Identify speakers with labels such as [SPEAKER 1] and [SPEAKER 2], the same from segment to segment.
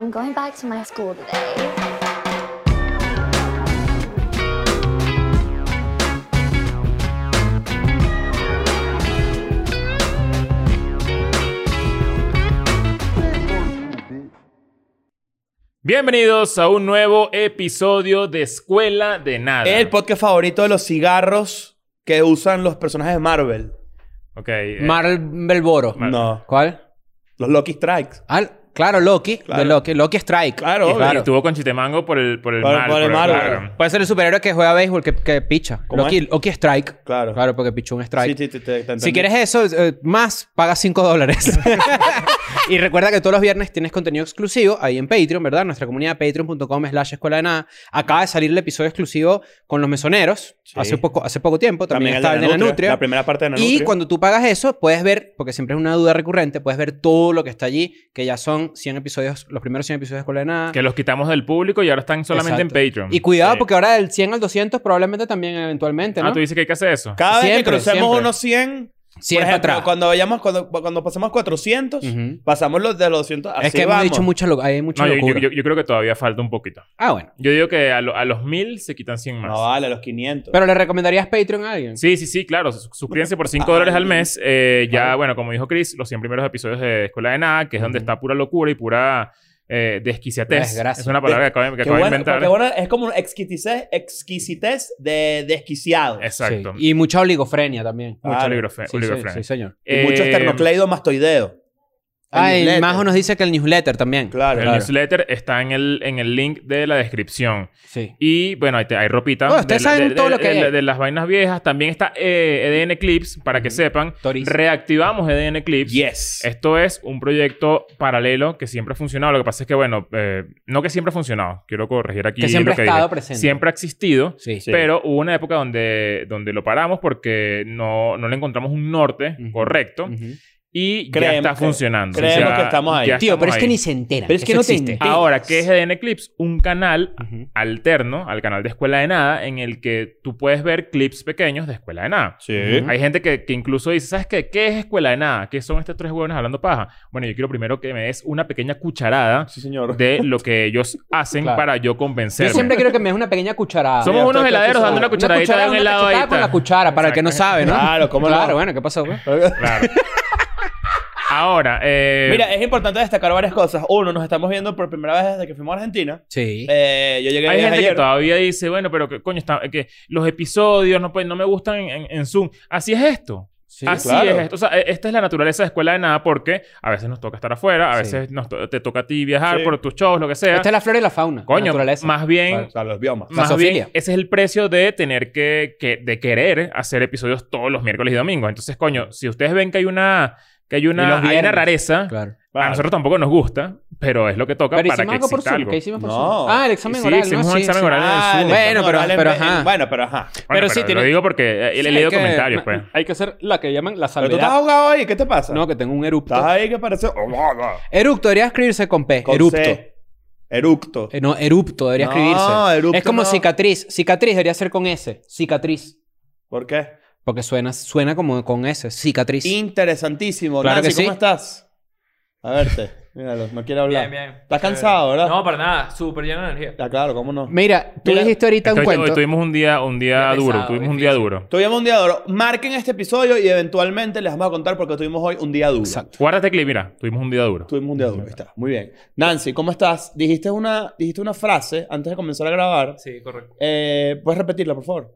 [SPEAKER 1] I'm going back to my school today.
[SPEAKER 2] Bienvenidos a un nuevo episodio de Escuela de
[SPEAKER 3] Ah,
[SPEAKER 2] Nada.
[SPEAKER 4] El podcast favorito de los cigarros que usan los personajes de Marvel.
[SPEAKER 2] Ok. eh,
[SPEAKER 3] Marvel Boro.
[SPEAKER 2] Mar-
[SPEAKER 4] No.
[SPEAKER 3] ¿Cuál?
[SPEAKER 4] Los Lucky Strikes.
[SPEAKER 3] Ah, claro, Loki.
[SPEAKER 4] Claro.
[SPEAKER 3] De Loki. Loki Strike.
[SPEAKER 4] Claro,
[SPEAKER 3] Y-
[SPEAKER 2] y
[SPEAKER 4] claro.
[SPEAKER 2] estuvo con Chitemango por el por el
[SPEAKER 4] Por-
[SPEAKER 2] mar,
[SPEAKER 4] por el mar,
[SPEAKER 2] claro.
[SPEAKER 4] güey.
[SPEAKER 3] Puede ser el superhéroe que juega béisbol, que, que picha.
[SPEAKER 4] ¿Cómo
[SPEAKER 3] Loki,
[SPEAKER 4] es?
[SPEAKER 3] Loki Strike.
[SPEAKER 4] Claro.
[SPEAKER 3] Claro, porque pichó un strike.
[SPEAKER 4] Sí, sí, te- te- te entendí.
[SPEAKER 3] Si quieres eso, eh, más, paga 5 dólares. y recuerda que todos los viernes tienes contenido exclusivo ahí en Patreon, ¿verdad? Nuestra comunidad patreon.com slash escuela de nada. Acaba de salir el episodio exclusivo con los mesoneros.
[SPEAKER 4] Sí.
[SPEAKER 3] Hace, poco, hace poco tiempo. También, está el de la nutria.
[SPEAKER 4] La primera parte de la
[SPEAKER 3] Y
[SPEAKER 4] nutria.
[SPEAKER 3] cuando tú pagas eso, puedes ver, porque siempre es una duda recurrente, puedes ver todo lo que está allí, que ya son 100 episodios, los primeros 100 episodios de Escuela de Nada.
[SPEAKER 2] Que los quitamos del público y ahora están solamente
[SPEAKER 3] Exacto.
[SPEAKER 2] en Patreon.
[SPEAKER 3] Y cuidado,
[SPEAKER 2] Sí.
[SPEAKER 3] porque ahora del 100 al 200 probablemente también eventualmente, ¿no?
[SPEAKER 2] Ah, tú dices que hay que hacer eso.
[SPEAKER 4] Cada vez que
[SPEAKER 3] Siempre,
[SPEAKER 4] crucemos
[SPEAKER 3] siempre.
[SPEAKER 4] unos 100, por
[SPEAKER 3] 100 para
[SPEAKER 4] ejemplo,
[SPEAKER 3] atrás.
[SPEAKER 4] cuando vayamos, cuando, cuando pasemos 400,
[SPEAKER 3] Ujú.
[SPEAKER 4] pasamos los de los 200. Así
[SPEAKER 3] Es que
[SPEAKER 4] vamos.
[SPEAKER 3] hemos dicho mucha locura. Hay mucha
[SPEAKER 2] No, yo, yo-
[SPEAKER 3] locura.
[SPEAKER 2] yo- yo creo que todavía falta un poquito.
[SPEAKER 3] Ah, bueno.
[SPEAKER 2] Yo digo que a, lo- a los mil se quitan 100 más.
[SPEAKER 3] Ah,
[SPEAKER 4] No vale, los 500.
[SPEAKER 3] Pero le recomendarías Patreon a alguien.
[SPEAKER 2] Sí, sí, sí, claro. Sus- Suscríbanse por
[SPEAKER 3] Ah,
[SPEAKER 2] 5 dólares al mes. Eh, ya, bueno, como dijo Chris, los 100 primeros episodios de Escuela de Nada, que es donde está pura locura y pura eh, desquiciatez.
[SPEAKER 3] Desgracia.
[SPEAKER 2] Es una palabra que acabo de, que
[SPEAKER 4] Qué
[SPEAKER 2] acabo de
[SPEAKER 4] bueno,
[SPEAKER 2] inventar.
[SPEAKER 4] porque bueno, es como una exquisitez, exquisitez de desquiciado.
[SPEAKER 2] Exacto.
[SPEAKER 3] Sí. Y mucha oligofrenia también.
[SPEAKER 2] Mucho
[SPEAKER 4] Claro.
[SPEAKER 2] oligofe-
[SPEAKER 3] Sí,
[SPEAKER 2] oligofrenia.
[SPEAKER 3] sí, sí, señor.
[SPEAKER 4] Y mucho
[SPEAKER 2] Eh,
[SPEAKER 4] esternocleido mastoideo.
[SPEAKER 3] Ah, y
[SPEAKER 4] newsletter.
[SPEAKER 3] Majo nos dice que el newsletter también.
[SPEAKER 4] Claro,
[SPEAKER 2] El
[SPEAKER 4] claro.
[SPEAKER 2] newsletter está en el, en el link de la descripción.
[SPEAKER 3] Sí.
[SPEAKER 2] Y bueno, ahí te- hay ropita.
[SPEAKER 3] Oh, ustedes
[SPEAKER 2] de la-
[SPEAKER 3] saben
[SPEAKER 2] de-
[SPEAKER 3] todo
[SPEAKER 2] de-
[SPEAKER 3] lo que
[SPEAKER 2] de,
[SPEAKER 3] hay.
[SPEAKER 2] de las vainas viejas. También está eh, EDN Clips, para que sepan.
[SPEAKER 3] Toris.
[SPEAKER 2] Reactivamos EDN Clips.
[SPEAKER 4] Yes.
[SPEAKER 2] Esto es un proyecto paralelo que siempre ha funcionado. Lo que pasa es que, bueno, eh, no que siempre ha funcionado. Quiero corregir aquí
[SPEAKER 3] Que
[SPEAKER 2] lo
[SPEAKER 3] siempre ha
[SPEAKER 2] que
[SPEAKER 3] estado
[SPEAKER 2] dije.
[SPEAKER 3] presente.
[SPEAKER 2] Siempre ha existido.
[SPEAKER 3] Sí.
[SPEAKER 4] Sí.
[SPEAKER 2] Pero hubo una época donde, donde lo paramos porque no, no le encontramos un norte
[SPEAKER 3] Ujú.
[SPEAKER 2] correcto
[SPEAKER 3] Ujú.
[SPEAKER 2] y
[SPEAKER 4] Creemos-
[SPEAKER 2] ya está funcionando.
[SPEAKER 4] creemos que estamos ahí.
[SPEAKER 2] ya
[SPEAKER 3] Tío, pero
[SPEAKER 2] estamos
[SPEAKER 3] es que
[SPEAKER 2] ahí. Ah,
[SPEAKER 3] ni se entera.
[SPEAKER 4] Pero es que no te enteras.
[SPEAKER 2] Ahora, ¿qué es EDN Clips? Un canal
[SPEAKER 3] Ujú.
[SPEAKER 2] alterno al canal de Escuela de Nada en el que tú puedes ver clips pequeños de Escuela de Nada.
[SPEAKER 4] Sí.
[SPEAKER 3] Ujú.
[SPEAKER 2] Hay gente que, que incluso dice, ¿sabes qué? ¿Qué es Escuela de Nada? ¿Qué son estos tres huevones hablando paja? Bueno, yo quiero primero que me des una pequeña cucharada
[SPEAKER 4] Sí, señor.
[SPEAKER 2] de lo que ellos hacen
[SPEAKER 3] Claro.
[SPEAKER 2] para yo
[SPEAKER 3] Yo
[SPEAKER 2] convencerme.
[SPEAKER 3] siempre quiero que me des una pequeña cucharada.
[SPEAKER 2] Somos
[SPEAKER 4] Ya,
[SPEAKER 2] unos
[SPEAKER 4] estoy-
[SPEAKER 2] heladeros
[SPEAKER 4] estoy-
[SPEAKER 2] dando una cucharadita de un
[SPEAKER 3] una
[SPEAKER 2] helado
[SPEAKER 3] cachetada
[SPEAKER 2] ahí.
[SPEAKER 3] con la cuchara, para el que no sabe, ¿no?
[SPEAKER 4] Claro, ¿cómo no?
[SPEAKER 3] Claro, bueno, ¿qué pasó, pues? güey?
[SPEAKER 2] Claro. Ahora, eh,
[SPEAKER 4] Mira, es importante destacar varias cosas. Uno, nos estamos viendo por primera vez desde que fuimos a Argentina.
[SPEAKER 3] Sí.
[SPEAKER 4] Eh, yo llegué
[SPEAKER 2] hay gente
[SPEAKER 4] ayer.
[SPEAKER 2] que todavía dice, bueno, pero que, coño, está- que los episodios no, pueden- no me gustan en- en- en Zoom. Así es esto.
[SPEAKER 3] Ah, sí.
[SPEAKER 2] Así
[SPEAKER 4] claro.
[SPEAKER 2] es esto. O sea, e- esta es la naturaleza de escuela de nada porque a veces nos toca estar afuera, a
[SPEAKER 3] Sí.
[SPEAKER 2] veces nos to- te toca a ti viajar
[SPEAKER 4] Sí.
[SPEAKER 2] por tus shows, lo que sea.
[SPEAKER 3] Esta es la flor y la fauna.
[SPEAKER 2] Coño,
[SPEAKER 3] la naturaleza.
[SPEAKER 2] más bien,
[SPEAKER 4] Claro, o sea, los biomas.
[SPEAKER 2] más
[SPEAKER 3] Masofilia.
[SPEAKER 2] bien, ese es el precio de tener que, que- de querer hacer episodios todos los miércoles y domingos. Entonces, coño, si ustedes ven que hay una, que hay
[SPEAKER 3] Y los
[SPEAKER 2] una, hay una
[SPEAKER 3] viernes.
[SPEAKER 2] rareza,
[SPEAKER 3] Claro.
[SPEAKER 2] a nosotros tampoco nos gusta, pero es lo que toca
[SPEAKER 3] Pero
[SPEAKER 2] para
[SPEAKER 3] hicimos
[SPEAKER 2] que
[SPEAKER 3] algo por
[SPEAKER 2] exista
[SPEAKER 3] Zoom.
[SPEAKER 2] algo.
[SPEAKER 3] ¿Qué hicimos por
[SPEAKER 4] No.
[SPEAKER 3] Zoom? Ah, el examen
[SPEAKER 2] Sí,
[SPEAKER 3] oral.
[SPEAKER 2] hicimos
[SPEAKER 3] ¿no?
[SPEAKER 2] un
[SPEAKER 3] Sí,
[SPEAKER 2] examen
[SPEAKER 3] sí.
[SPEAKER 2] oral.
[SPEAKER 4] Ah,
[SPEAKER 2] Zoom.
[SPEAKER 4] el
[SPEAKER 3] Bueno, pero-
[SPEAKER 4] oral en-
[SPEAKER 3] pero
[SPEAKER 4] en-
[SPEAKER 3] ajá.
[SPEAKER 4] Bueno, pero ajá.
[SPEAKER 2] Bueno,
[SPEAKER 3] Pero
[SPEAKER 2] pero
[SPEAKER 3] sí
[SPEAKER 2] lo
[SPEAKER 3] tiene-
[SPEAKER 2] digo porque he he
[SPEAKER 3] Sí,
[SPEAKER 2] leído
[SPEAKER 3] hay que-
[SPEAKER 2] comentarios, pues.
[SPEAKER 3] Hay que hacer la que llaman la
[SPEAKER 4] Pero tú estás
[SPEAKER 3] salvedad.
[SPEAKER 4] ahogado ahí. ¿Qué te pasa?
[SPEAKER 3] No, que tengo un eructo.
[SPEAKER 4] Estás ahí que oh, parece...
[SPEAKER 3] Eructo debería escribirse con P.
[SPEAKER 4] Con
[SPEAKER 3] erupto.
[SPEAKER 4] C. Eructo.
[SPEAKER 3] Eh, no, erupto debería
[SPEAKER 4] No,
[SPEAKER 3] escribirse.
[SPEAKER 4] erupto
[SPEAKER 3] es como
[SPEAKER 4] no.
[SPEAKER 3] cicatriz. Cicatriz debería ser con S. Cicatriz.
[SPEAKER 4] ¿Por qué?
[SPEAKER 3] Porque suena, suena como con S. Cicatriz.
[SPEAKER 4] Interesantísimo.
[SPEAKER 3] Claro
[SPEAKER 4] Nancy,
[SPEAKER 3] que sí.
[SPEAKER 4] ¿cómo estás? A verte. Míralo, no quiere hablar.
[SPEAKER 5] Bien, bien.
[SPEAKER 4] Estás cansado, ¿verdad?
[SPEAKER 5] No, para nada. Súper lleno de energía.
[SPEAKER 4] Ya, claro, ¿cómo no?
[SPEAKER 3] Mira, tú
[SPEAKER 4] Mira,
[SPEAKER 3] dijiste ahorita
[SPEAKER 2] Estoy-
[SPEAKER 3] un cuento.
[SPEAKER 2] hoy tuvimos un día, un día
[SPEAKER 5] Día
[SPEAKER 2] duro,
[SPEAKER 5] pesado,
[SPEAKER 2] tuvimos un día
[SPEAKER 5] difícil.
[SPEAKER 2] duro.
[SPEAKER 4] Tuvimos un día duro. Marquen este episodio y eventualmente les vamos a contar porque tuvimos hoy un día duro.
[SPEAKER 3] Exacto.
[SPEAKER 2] Guárdate clip, mira, tuvimos un día duro.
[SPEAKER 4] Tuvimos un día duro. Ahí está. Muy bien. Nancy, ¿cómo estás? Dijiste una, dijiste una frase antes de comenzar a grabar.
[SPEAKER 5] Sí, correcto.
[SPEAKER 4] Eh, ¿Puedes repetirla, por favor?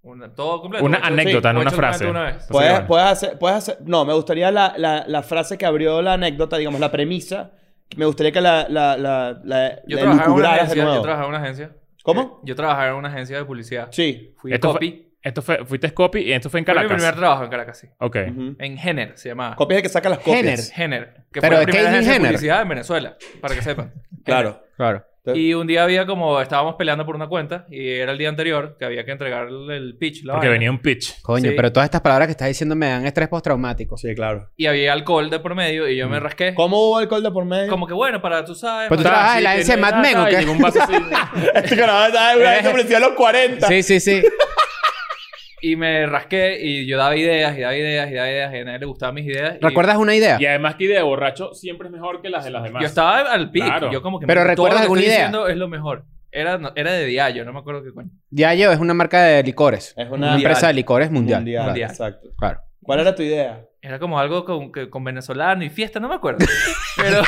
[SPEAKER 5] Una- todo completo.
[SPEAKER 2] Una
[SPEAKER 5] Ocho-
[SPEAKER 2] anécdota, no
[SPEAKER 5] ocho
[SPEAKER 2] una frase.
[SPEAKER 5] durante una vez.
[SPEAKER 2] Pues-
[SPEAKER 4] ¿Puedes,
[SPEAKER 2] bueno.
[SPEAKER 4] puedes hacer, puedes hacer- No, me gustaría la, la, la frase que abrió la anécdota, digamos, la premisa. Me gustaría que la, la, la, la,
[SPEAKER 5] Yo
[SPEAKER 4] la
[SPEAKER 5] trabajaba en una
[SPEAKER 4] elucubraras de
[SPEAKER 5] agencia.
[SPEAKER 4] nuevo.
[SPEAKER 5] Yo trabajaba en una agencia.
[SPEAKER 4] ¿Cómo?
[SPEAKER 5] Eh, Yo trabajaba en una agencia de publicidad.
[SPEAKER 4] Sí.
[SPEAKER 5] Fui
[SPEAKER 2] Esto fue-
[SPEAKER 5] copy.
[SPEAKER 2] Esto fue, fuiste Scopy y esto fue en
[SPEAKER 5] Fue mi
[SPEAKER 2] Caracas.
[SPEAKER 5] primer trabajo en Caracas, sí.
[SPEAKER 2] Ok.
[SPEAKER 4] Ujú.
[SPEAKER 5] En Jenner se llamaba.
[SPEAKER 4] Copias el que saca las copias.
[SPEAKER 3] Jenner.
[SPEAKER 5] Jenner.
[SPEAKER 3] Pero
[SPEAKER 5] Que fue
[SPEAKER 3] ¿de
[SPEAKER 5] la primera
[SPEAKER 3] Caitlyn
[SPEAKER 5] agencia
[SPEAKER 3] Jenner?
[SPEAKER 5] de publicidad en Venezuela. Para que sepan.
[SPEAKER 4] Claro.
[SPEAKER 3] Claro.
[SPEAKER 5] Y un día había como... Estábamos peleando por una cuenta. Y era el día anterior que había que entregar el- el pitch. la
[SPEAKER 2] Porque
[SPEAKER 5] vaina.
[SPEAKER 2] venía un pitch.
[SPEAKER 3] Coño,
[SPEAKER 5] Sí.
[SPEAKER 3] pero todas estas palabras que estás diciendo me dan estrés postraumático.
[SPEAKER 4] Sí, claro.
[SPEAKER 5] Y había alcohol de por medio. Y yo me rasqué.
[SPEAKER 4] ¿Cómo hubo alcohol de por medio?
[SPEAKER 5] Como que bueno, para tú sabes.
[SPEAKER 3] Pero tú
[SPEAKER 5] para-
[SPEAKER 3] trabajas en
[SPEAKER 2] sí,
[SPEAKER 3] la agencia de
[SPEAKER 2] tenía
[SPEAKER 3] Mad Men,
[SPEAKER 2] nada
[SPEAKER 3] ¿o
[SPEAKER 2] y
[SPEAKER 3] qué?
[SPEAKER 2] llegó un vaso así.
[SPEAKER 4] Este canal está en una
[SPEAKER 3] Eres-
[SPEAKER 4] agencia de publicidad a los 40.
[SPEAKER 3] Sí, sí, sí.
[SPEAKER 5] Y me rasqué y yo daba ideas y daba ideas y daba ideas y a nadie le gustaban mis ideas. y
[SPEAKER 3] ¿Recuerdas una idea?
[SPEAKER 2] Y además que idea de borracho siempre es mejor que las de las demás.
[SPEAKER 5] Yo estaba al pico.
[SPEAKER 2] Claro.
[SPEAKER 5] Yo como que
[SPEAKER 3] Pero
[SPEAKER 5] todo lo
[SPEAKER 3] ¿recuerdas
[SPEAKER 5] que
[SPEAKER 3] alguna
[SPEAKER 5] estoy
[SPEAKER 3] idea?
[SPEAKER 5] diciendo es lo mejor. Era, no, era de Diallo, no me acuerdo qué coño.
[SPEAKER 3] Diageo es una marca de licores.
[SPEAKER 4] Es
[SPEAKER 3] Una
[SPEAKER 4] una
[SPEAKER 3] empresa de licores mundial.
[SPEAKER 4] mundial.
[SPEAKER 3] Claro.
[SPEAKER 5] Mundial.
[SPEAKER 4] Exacto.
[SPEAKER 3] Claro.
[SPEAKER 4] ¿Cuál era tu idea?
[SPEAKER 5] Era como algo con, que- con venezolano y fiesta, no me acuerdo. Pero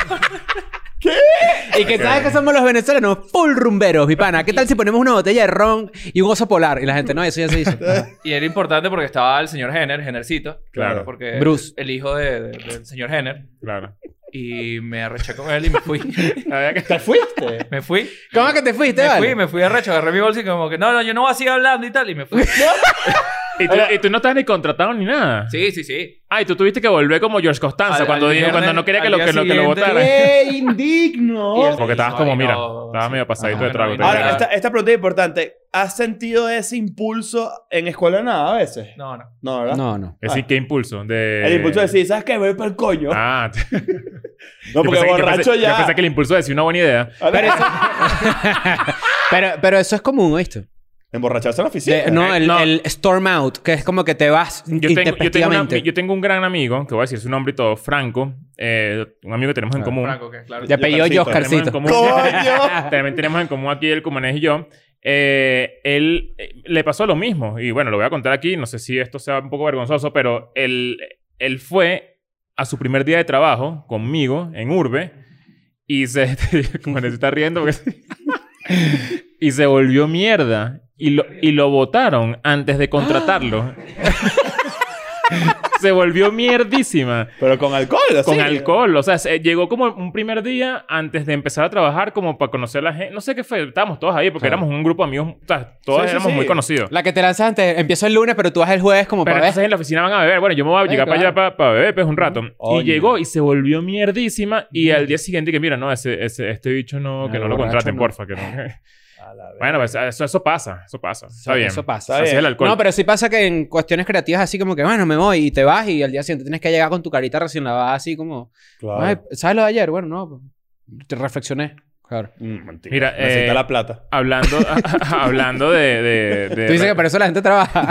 [SPEAKER 3] Y que sabes que somos los venezolanos full rumberos, mi pana. ¿Qué tal si ponemos una botella de ron y un oso polar? Y la gente, no, eso ya se hizo.
[SPEAKER 5] Y era importante porque estaba el señor Jenner, Jennercito.
[SPEAKER 2] Claro.
[SPEAKER 5] Porque
[SPEAKER 3] Bruce.
[SPEAKER 5] El hijo de- de- del señor Jenner.
[SPEAKER 2] Claro.
[SPEAKER 5] Y me arreché con él y me fui.
[SPEAKER 2] La verdad que-
[SPEAKER 4] ¿Te fuiste?
[SPEAKER 5] me fui.
[SPEAKER 3] ¿Cómo es que te fuiste,
[SPEAKER 5] Me
[SPEAKER 3] vale?
[SPEAKER 5] fui, me fui arrecho. Agarré mi bolsa y como que, no, no, yo no voy a seguir hablando y tal. Y me fui.
[SPEAKER 2] Y tú, y tú no estás ni contratado ni nada.
[SPEAKER 5] sí, sí, sí.
[SPEAKER 2] Ah, y tú tuviste que volver como George Costanza
[SPEAKER 5] Al-
[SPEAKER 2] cuando,
[SPEAKER 5] al
[SPEAKER 2] dijo, cuando
[SPEAKER 5] viernes-
[SPEAKER 2] no quería que
[SPEAKER 5] al
[SPEAKER 2] lo,
[SPEAKER 5] día
[SPEAKER 2] que, lo, que lo
[SPEAKER 5] siguiente.
[SPEAKER 2] votara.
[SPEAKER 4] ¡Qué
[SPEAKER 5] Y el-
[SPEAKER 4] indigno!
[SPEAKER 2] Porque estabas como,
[SPEAKER 5] Ay,
[SPEAKER 2] mira,
[SPEAKER 5] no,
[SPEAKER 2] estabas
[SPEAKER 5] sí.
[SPEAKER 2] medio pasadito
[SPEAKER 3] Ajá,
[SPEAKER 2] de trago.
[SPEAKER 5] no,
[SPEAKER 2] te
[SPEAKER 5] no,
[SPEAKER 2] digo.
[SPEAKER 4] Ahora,
[SPEAKER 5] Claro.
[SPEAKER 4] esta, esta pregunta es importante. ¿Has sentido ese impulso en escuela de nada a veces?
[SPEAKER 5] No, no.
[SPEAKER 4] No, ¿verdad?
[SPEAKER 3] No, no.
[SPEAKER 2] Es decir, ¿qué impulso? De...
[SPEAKER 4] El impulso de decir, ¿sabes qué? Voy para el coño.
[SPEAKER 2] Ah,
[SPEAKER 4] no,
[SPEAKER 2] yo
[SPEAKER 4] porque
[SPEAKER 2] pensé que- yo
[SPEAKER 4] borracho
[SPEAKER 2] pensé-
[SPEAKER 4] ya.
[SPEAKER 2] Yo pensé que el impulso de decir una buena idea.
[SPEAKER 4] A ver,
[SPEAKER 3] Pero, pero eso es común, ¿viste?
[SPEAKER 4] Emborracharse en la oficina.
[SPEAKER 3] De- no, el,
[SPEAKER 2] Eh, No.
[SPEAKER 3] el storm out, que es como que te vas
[SPEAKER 2] Yo tengo, yo, tengo una-
[SPEAKER 3] intempestivamente.
[SPEAKER 2] yo tengo un gran amigo, que voy a decir su nombre y todo, Franco. eh, un amigo que tenemos en
[SPEAKER 3] Ah,
[SPEAKER 2] común.
[SPEAKER 5] Franco, que claro.
[SPEAKER 3] De apellido
[SPEAKER 4] Yo
[SPEAKER 3] yo,
[SPEAKER 2] Tenemos en
[SPEAKER 3] Oscarcito.
[SPEAKER 2] común-
[SPEAKER 4] ¡Coño!
[SPEAKER 2] También tenemos en común aquí el Cumanés y yo. Eh, él eh, le pasó lo mismo. Y bueno, lo voy a contar aquí. No sé si esto sea un poco vergonzoso, pero él, él fue a su primer día de trabajo conmigo en Urbe. Y se. Cumanés se está riendo porque. y se volvió mierda. Y lo, y lo votaron antes de contratarlo. se volvió mierdísima
[SPEAKER 4] Pero con alcohol, así.
[SPEAKER 2] con alcohol. O sea, se- llegó como un primer día antes de empezar a trabajar, como para conocer a la gente. No sé qué fue, estábamos todos ahí porque
[SPEAKER 3] Claro.
[SPEAKER 2] éramos un grupo de amigos, o sea, todos
[SPEAKER 4] Sí, sí,
[SPEAKER 2] éramos
[SPEAKER 4] sí.
[SPEAKER 2] muy conocidos.
[SPEAKER 3] La que te lanzas antes, empiezo el lunes, pero tú vas el jueves como
[SPEAKER 2] Pero
[SPEAKER 3] para ver.
[SPEAKER 2] entonces en la oficina van a beber. Bueno, yo me voy a
[SPEAKER 3] Sí,
[SPEAKER 2] llegar para allá
[SPEAKER 3] Eh, claro.
[SPEAKER 2] para, beber, pues un rato.
[SPEAKER 4] Oye.
[SPEAKER 2] Y llegó y se volvió mierdísima. Y al día siguiente que, mira, no, ese, ese- este bicho no,
[SPEAKER 3] Ah,
[SPEAKER 2] que no
[SPEAKER 3] el
[SPEAKER 2] lo
[SPEAKER 3] borracho
[SPEAKER 2] contraten,
[SPEAKER 3] no.
[SPEAKER 2] porfa. Que no.
[SPEAKER 4] A la verga.
[SPEAKER 2] bueno, pues, eso, eso pasa, eso pasa. Está bien.
[SPEAKER 3] Eso
[SPEAKER 2] O sea,
[SPEAKER 3] pasa.
[SPEAKER 2] así es el alcohol.
[SPEAKER 3] No, pero sí pasa que en cuestiones creativas así como que, bueno, me voy y te vas y al día siguiente tienes que llegar con tu carita recién lavada así como,
[SPEAKER 4] Claro.
[SPEAKER 3] "Ay, ¿sabes lo de ayer? Bueno, no, te reflexioné.
[SPEAKER 2] Eh,
[SPEAKER 3] Claro.
[SPEAKER 4] Mm, mentira.
[SPEAKER 2] Mira,
[SPEAKER 4] Necesita
[SPEAKER 2] eh,
[SPEAKER 4] la plata.
[SPEAKER 2] Hablando, hablando de, de- de-
[SPEAKER 3] Tú dices que para eso la gente trabaja.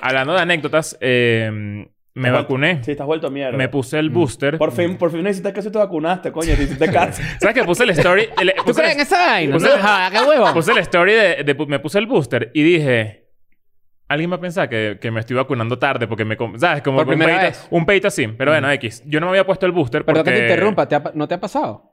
[SPEAKER 2] hablando de anécdotas, eh, me vacuné.
[SPEAKER 4] Sí, estás vuelto mierda.
[SPEAKER 2] Me puse
[SPEAKER 3] Mm.
[SPEAKER 2] el booster.
[SPEAKER 4] Por fin, por fin no hiciste caso y te vacunaste, coño. Te hiciste caso.
[SPEAKER 2] ¿Sabes que puse el story? el-
[SPEAKER 3] ¿Tú
[SPEAKER 2] puse,
[SPEAKER 3] crees en esa vaina?
[SPEAKER 2] Pues
[SPEAKER 3] No,
[SPEAKER 2] es-
[SPEAKER 3] joda, qué huevo.
[SPEAKER 2] puse el story de, de- Me puse el booster y dije... Alguien va a pensar que, que me estoy vacunando tarde porque me... com- ¿Sabes? Como
[SPEAKER 3] Por
[SPEAKER 2] que un
[SPEAKER 3] primera
[SPEAKER 2] peito,
[SPEAKER 3] vez. Mm.
[SPEAKER 2] un peito así. Pero bueno, X. Yo no me había puesto el booster porque...
[SPEAKER 3] Perdón que te interrumpa, ¿te ha pa- ¿no te ha pasado?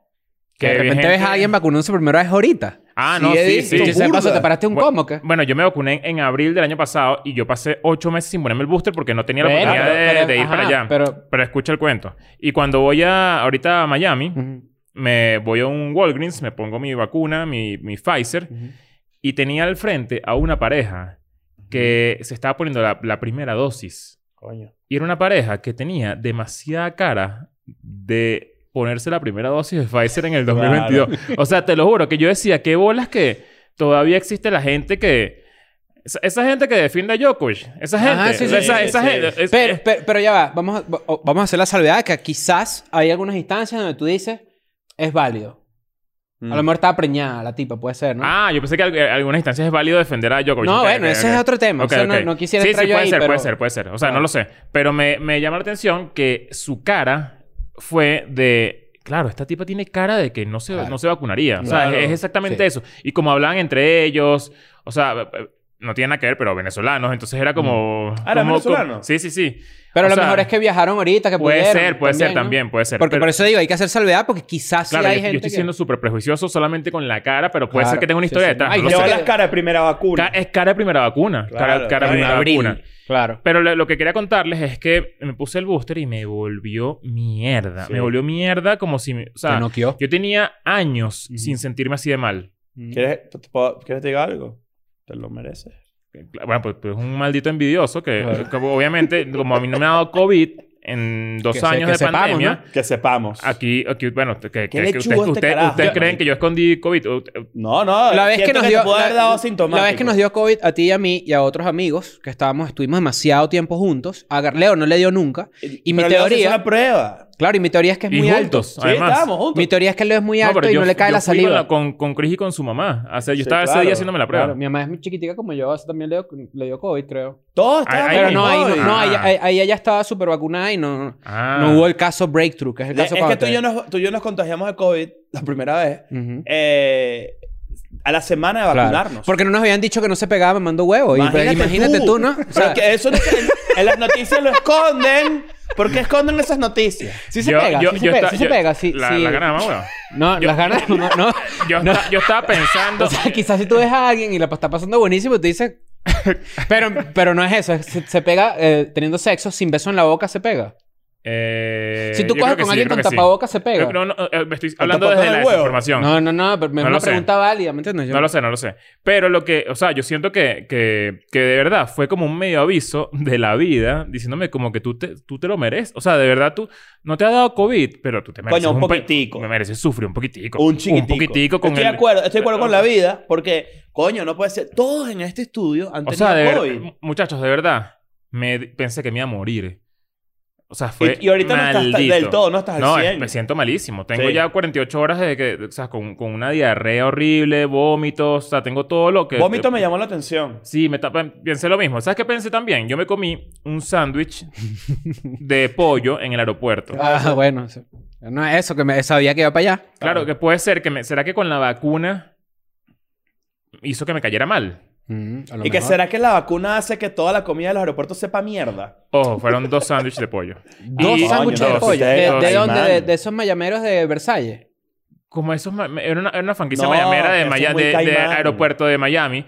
[SPEAKER 3] Que de
[SPEAKER 2] vi
[SPEAKER 3] repente ves
[SPEAKER 2] gente-
[SPEAKER 3] a alguien vacunándose por primera vez ahorita.
[SPEAKER 2] Ah, no,
[SPEAKER 4] Sí, he
[SPEAKER 2] sí,
[SPEAKER 4] visto.
[SPEAKER 2] sí.
[SPEAKER 3] Y se
[SPEAKER 4] burda.
[SPEAKER 3] pasó, ¿te paraste un
[SPEAKER 2] Bueno,
[SPEAKER 3] combo o qué?
[SPEAKER 2] Bueno, yo me vacuné en abril del año pasado y yo pasé ocho meses sin ponerme el booster porque no tenía la
[SPEAKER 3] Bueno,
[SPEAKER 2] oportunidad
[SPEAKER 3] pero-
[SPEAKER 2] pues, de,
[SPEAKER 3] pero-
[SPEAKER 2] de ir
[SPEAKER 3] ajá,
[SPEAKER 2] para allá. Pero,
[SPEAKER 3] Pero...
[SPEAKER 2] escucha el cuento. Y cuando voy a... Ahorita a Miami,
[SPEAKER 3] Ujú.
[SPEAKER 2] me voy a un Walgreens, me pongo mi vacuna, mi, mi Pfizer, y tenía al frente a una pareja que se estaba poniendo la, la primera dosis.
[SPEAKER 4] Coño.
[SPEAKER 2] Y era una pareja que tenía demasiada cara de ponerse la primera dosis de Pfizer en el 2022. O sea, te lo juro que yo decía, qué bolas que todavía existe la gente que... Esa, esa gente que defiende a Djokovic. Esa gente.
[SPEAKER 3] Ajá, sí,
[SPEAKER 2] o sea,
[SPEAKER 3] sí,
[SPEAKER 2] esa,
[SPEAKER 4] sí,
[SPEAKER 2] esa
[SPEAKER 4] sí.
[SPEAKER 2] gente. es-
[SPEAKER 3] Pero, pero, pero ya va, vamos a, va- o- vamos a hacer la salvedad de que quizás hay algunas instancias donde tú dices, es válido. A
[SPEAKER 4] Mm.
[SPEAKER 3] lo mejor estaba preñada la tipa, puede ser, ¿no?
[SPEAKER 2] Mm. Ah, yo pensé que en algunas instancias es válido defender a Djokovic.
[SPEAKER 3] no,
[SPEAKER 2] Ok,
[SPEAKER 3] bueno,
[SPEAKER 2] ok,
[SPEAKER 3] ese
[SPEAKER 2] ok.
[SPEAKER 3] es otro tema.
[SPEAKER 2] Ok,
[SPEAKER 3] o sea, no-
[SPEAKER 2] ok.
[SPEAKER 3] no, quisiera
[SPEAKER 2] sí,
[SPEAKER 3] entrar
[SPEAKER 2] sí,
[SPEAKER 3] yo
[SPEAKER 2] puede
[SPEAKER 3] ahí,
[SPEAKER 2] ser,
[SPEAKER 3] pero...
[SPEAKER 2] puede ser, puede ser. O sea, no lo sé. Pero me, me llama la atención que su cara fue de... Claro, esta tipa tiene cara de que no se,
[SPEAKER 3] Claro.
[SPEAKER 2] no se vacunaría. O sea,
[SPEAKER 4] Claro.
[SPEAKER 2] es, es exactamente
[SPEAKER 3] Sí.
[SPEAKER 2] eso. Y como hablaban entre ellos... O sea, eh, no tiene nada que ver, pero venezolanos. Entonces era como...
[SPEAKER 4] Ah, ¿eran
[SPEAKER 2] como-
[SPEAKER 4] venezolanos?
[SPEAKER 2] como- Sí, sí, sí.
[SPEAKER 3] Pero
[SPEAKER 2] O
[SPEAKER 3] lo
[SPEAKER 2] sea,
[SPEAKER 3] mejor es que viajaron ahorita, que
[SPEAKER 2] Puede
[SPEAKER 3] pudieron
[SPEAKER 2] ser, puede ser también,
[SPEAKER 3] ¿no?
[SPEAKER 2] puede ser.
[SPEAKER 3] Porque
[SPEAKER 2] Pero-
[SPEAKER 3] por eso digo, hay que hacer salvedad porque quizás
[SPEAKER 2] Claro,
[SPEAKER 3] sí
[SPEAKER 2] yo,
[SPEAKER 3] hay
[SPEAKER 2] yo
[SPEAKER 3] gente
[SPEAKER 2] estoy
[SPEAKER 3] que-
[SPEAKER 2] siendo súper prejuicioso solamente con la cara, pero puede ser
[SPEAKER 3] Claro,
[SPEAKER 2] que tenga una
[SPEAKER 3] sí,
[SPEAKER 2] historia
[SPEAKER 3] sí.
[SPEAKER 2] detrás.
[SPEAKER 3] Ay,
[SPEAKER 2] no lo
[SPEAKER 3] yo
[SPEAKER 2] sé.
[SPEAKER 4] Lleva
[SPEAKER 3] sé
[SPEAKER 4] las
[SPEAKER 3] que-
[SPEAKER 4] caras de primera vacuna.
[SPEAKER 2] Ca- es cara de primera vacuna.
[SPEAKER 4] Claro,
[SPEAKER 2] cara, cara
[SPEAKER 4] claro.
[SPEAKER 2] de primera
[SPEAKER 3] Abril.
[SPEAKER 2] vacuna.
[SPEAKER 3] Claro.
[SPEAKER 2] Pero lo, lo que quería contarles es que me puse el booster y me volvió mierda.
[SPEAKER 4] Sí.
[SPEAKER 2] Me volvió mierda como si... me- o sea,
[SPEAKER 3] Te noqueó.
[SPEAKER 2] yo tenía años
[SPEAKER 3] Ujú.
[SPEAKER 2] sin sentirme así de mal.
[SPEAKER 4] ¿Quieres, te puedo- ¿Quieres que te diga algo? Te lo mereces.
[SPEAKER 2] Bueno, pues, pues es un maldito envidioso que, que obviamente, como a mí no me ha dado COVID en dos
[SPEAKER 3] Que se-
[SPEAKER 2] años
[SPEAKER 3] que
[SPEAKER 2] de
[SPEAKER 3] sepamos,
[SPEAKER 2] pandemia...
[SPEAKER 3] ¿no?
[SPEAKER 4] Que sepamos.
[SPEAKER 2] Aquí, aquí, bueno, que, que, que
[SPEAKER 4] lechuga
[SPEAKER 2] ustedes
[SPEAKER 4] este
[SPEAKER 2] ustedes-
[SPEAKER 4] carajo,
[SPEAKER 2] ustedes
[SPEAKER 4] marico.
[SPEAKER 2] creen que yo escondí COVID. Uh, uh,
[SPEAKER 4] No, no.
[SPEAKER 3] La vez que
[SPEAKER 4] siento
[SPEAKER 3] nos dio-
[SPEAKER 4] Te puedo
[SPEAKER 3] la-
[SPEAKER 4] haber dado pues.
[SPEAKER 3] La
[SPEAKER 4] asintomático.
[SPEAKER 3] vez que nos dio COVID a ti y a mí y a otros amigos que estábamos, estuvimos demasiado tiempo juntos. A Gar- Leo no le dio nunca. Y mi
[SPEAKER 4] Pero le vas a hacer
[SPEAKER 3] teoría-
[SPEAKER 4] una prueba.
[SPEAKER 3] Claro, y mi teoría es que es
[SPEAKER 2] y
[SPEAKER 3] muy alto.
[SPEAKER 2] juntos, además.
[SPEAKER 4] estábamos juntos.
[SPEAKER 3] Mi teoría es que Leo es muy
[SPEAKER 2] No,
[SPEAKER 3] alto
[SPEAKER 2] pero
[SPEAKER 3] y
[SPEAKER 2] yo-
[SPEAKER 3] no le cae
[SPEAKER 2] yo
[SPEAKER 3] la
[SPEAKER 2] fui con
[SPEAKER 3] saliva.
[SPEAKER 2] Con, con Chris y con su mamá. O sea, yo
[SPEAKER 4] Sí,
[SPEAKER 2] estaba ese
[SPEAKER 4] claro,
[SPEAKER 2] día haciéndome la prueba.
[SPEAKER 3] Claro, mi mamá es muy chiquitica como yo, así también le dio, le dio COVID, creo.
[SPEAKER 4] Todos estábamos
[SPEAKER 2] Ahí
[SPEAKER 3] Pero
[SPEAKER 2] mismo.
[SPEAKER 3] no, ahí, no, no, ahí,
[SPEAKER 2] Ah.
[SPEAKER 3] ahí- ahí ella estaba súper vacunada y no,
[SPEAKER 2] Ah.
[SPEAKER 3] no hubo el caso breakthrough, que es el
[SPEAKER 4] Le-
[SPEAKER 3] caso
[SPEAKER 4] Ah. es que
[SPEAKER 3] cuando
[SPEAKER 4] tú y,
[SPEAKER 3] te-
[SPEAKER 4] yo nos, tú y yo nos contagiamos de COVID la primera vez
[SPEAKER 3] Ujú.
[SPEAKER 4] eh, a la semana de
[SPEAKER 3] Claro.
[SPEAKER 4] vacunarnos.
[SPEAKER 3] Porque no nos habían dicho que no se pegaba mamando huevo. Imagínate, imagínate tú, ¿no? O
[SPEAKER 4] Pero
[SPEAKER 3] sea,
[SPEAKER 4] que eso no se- en, en las noticias lo esconden. ¿Por qué esconden esas noticias?
[SPEAKER 3] sí se
[SPEAKER 2] Yo-
[SPEAKER 3] pega,
[SPEAKER 2] yo-
[SPEAKER 3] sí
[SPEAKER 2] yo
[SPEAKER 3] se pega,
[SPEAKER 2] esta-
[SPEAKER 3] sí se
[SPEAKER 2] yo-
[SPEAKER 3] pega, sí.
[SPEAKER 2] La,
[SPEAKER 3] sí.
[SPEAKER 2] la gana de mamá, bueno.
[SPEAKER 3] No, las ganas, no, no.
[SPEAKER 2] Yo,
[SPEAKER 3] No.
[SPEAKER 2] esta- yo estaba pensando.
[SPEAKER 3] O sea, quizás si tú ves a alguien y la está pasando buenísimo, te dices... Pero, pero no es eso, es- se, se pega eh, teniendo sexo sin beso en la boca, se pega.
[SPEAKER 2] eh,
[SPEAKER 3] si tú
[SPEAKER 2] yo
[SPEAKER 3] coges
[SPEAKER 2] creo que
[SPEAKER 3] con
[SPEAKER 2] sí,
[SPEAKER 3] alguien
[SPEAKER 2] yo creo
[SPEAKER 3] con
[SPEAKER 2] que sí.
[SPEAKER 3] tapabocas, se pega.
[SPEAKER 2] Yo- No, no, eh, me estoy hablando desde
[SPEAKER 4] tapabocas
[SPEAKER 2] la
[SPEAKER 4] del huevo?
[SPEAKER 2] desinformación.
[SPEAKER 3] No, no, no, pero
[SPEAKER 2] No
[SPEAKER 3] me es
[SPEAKER 2] lo
[SPEAKER 3] una
[SPEAKER 2] sé.
[SPEAKER 3] pregunta válida, ¿me entiendes? Yo-
[SPEAKER 2] No lo sé, no lo sé. Pero lo que, o sea, yo siento que, que, que de verdad fue como un medio aviso de la vida diciéndome como que tú te, tú te lo mereces. O sea, de verdad tú no te has dado COVID, pero tú te mereces.
[SPEAKER 4] Coño, un
[SPEAKER 2] pe-
[SPEAKER 4] poquitico.
[SPEAKER 2] Me mereces sufrir un poquitico.
[SPEAKER 4] Un chiquitico.
[SPEAKER 2] Un poquitico con
[SPEAKER 4] estoy
[SPEAKER 2] el-
[SPEAKER 4] de acuerdo, estoy de acuerdo con la vida. Porque, coño, no puede ser. Todos en este estudio han
[SPEAKER 2] O
[SPEAKER 4] tenido
[SPEAKER 2] sea, de verdad,
[SPEAKER 4] COVID.
[SPEAKER 2] muchachos, de verdad, me di- pensé que me iba a morir. O sea, fue.
[SPEAKER 4] Y, y ahorita no
[SPEAKER 2] maldito.
[SPEAKER 4] estás del todo, no estás al
[SPEAKER 2] No, es-
[SPEAKER 4] 100.
[SPEAKER 2] me siento malísimo. Tengo
[SPEAKER 4] Sí.
[SPEAKER 2] ya 48 horas de que, o sea, con, con una diarrea horrible, vómitos, o sea, tengo todo lo que. eh,
[SPEAKER 4] Vómito me llamó la atención.
[SPEAKER 2] Sí, me tapa- pensé lo mismo. ¿Sabes qué pensé también? Yo me comí un sándwich de pollo en el aeropuerto.
[SPEAKER 3] Ah, bueno. sí. No es eso, que me sabía que iba para allá.
[SPEAKER 2] Claro, que puede ser que me... ¿Será que con la vacuna hizo que me cayera mal?
[SPEAKER 3] Mm, a lo
[SPEAKER 4] ¿Y que
[SPEAKER 3] mejor.
[SPEAKER 4] será que la vacuna hace que toda la comida de los aeropuertos sepa mierda?
[SPEAKER 2] Ojo, fueron dos sándwiches de pollo.
[SPEAKER 3] Dos
[SPEAKER 2] Y-
[SPEAKER 3] sándwiches de
[SPEAKER 2] dos,
[SPEAKER 3] pollo. ¿De,
[SPEAKER 2] sí,
[SPEAKER 3] de
[SPEAKER 2] dos.
[SPEAKER 3] dónde?
[SPEAKER 4] Caimán.
[SPEAKER 3] De, de esos mayameros de Versalles.
[SPEAKER 2] Como esos... ma- Era una, era una franquicia
[SPEAKER 4] No,
[SPEAKER 2] mayamera de,
[SPEAKER 4] eso es
[SPEAKER 2] Maya-
[SPEAKER 4] muy
[SPEAKER 2] de- de
[SPEAKER 4] caimán.
[SPEAKER 2] aeropuerto de Miami.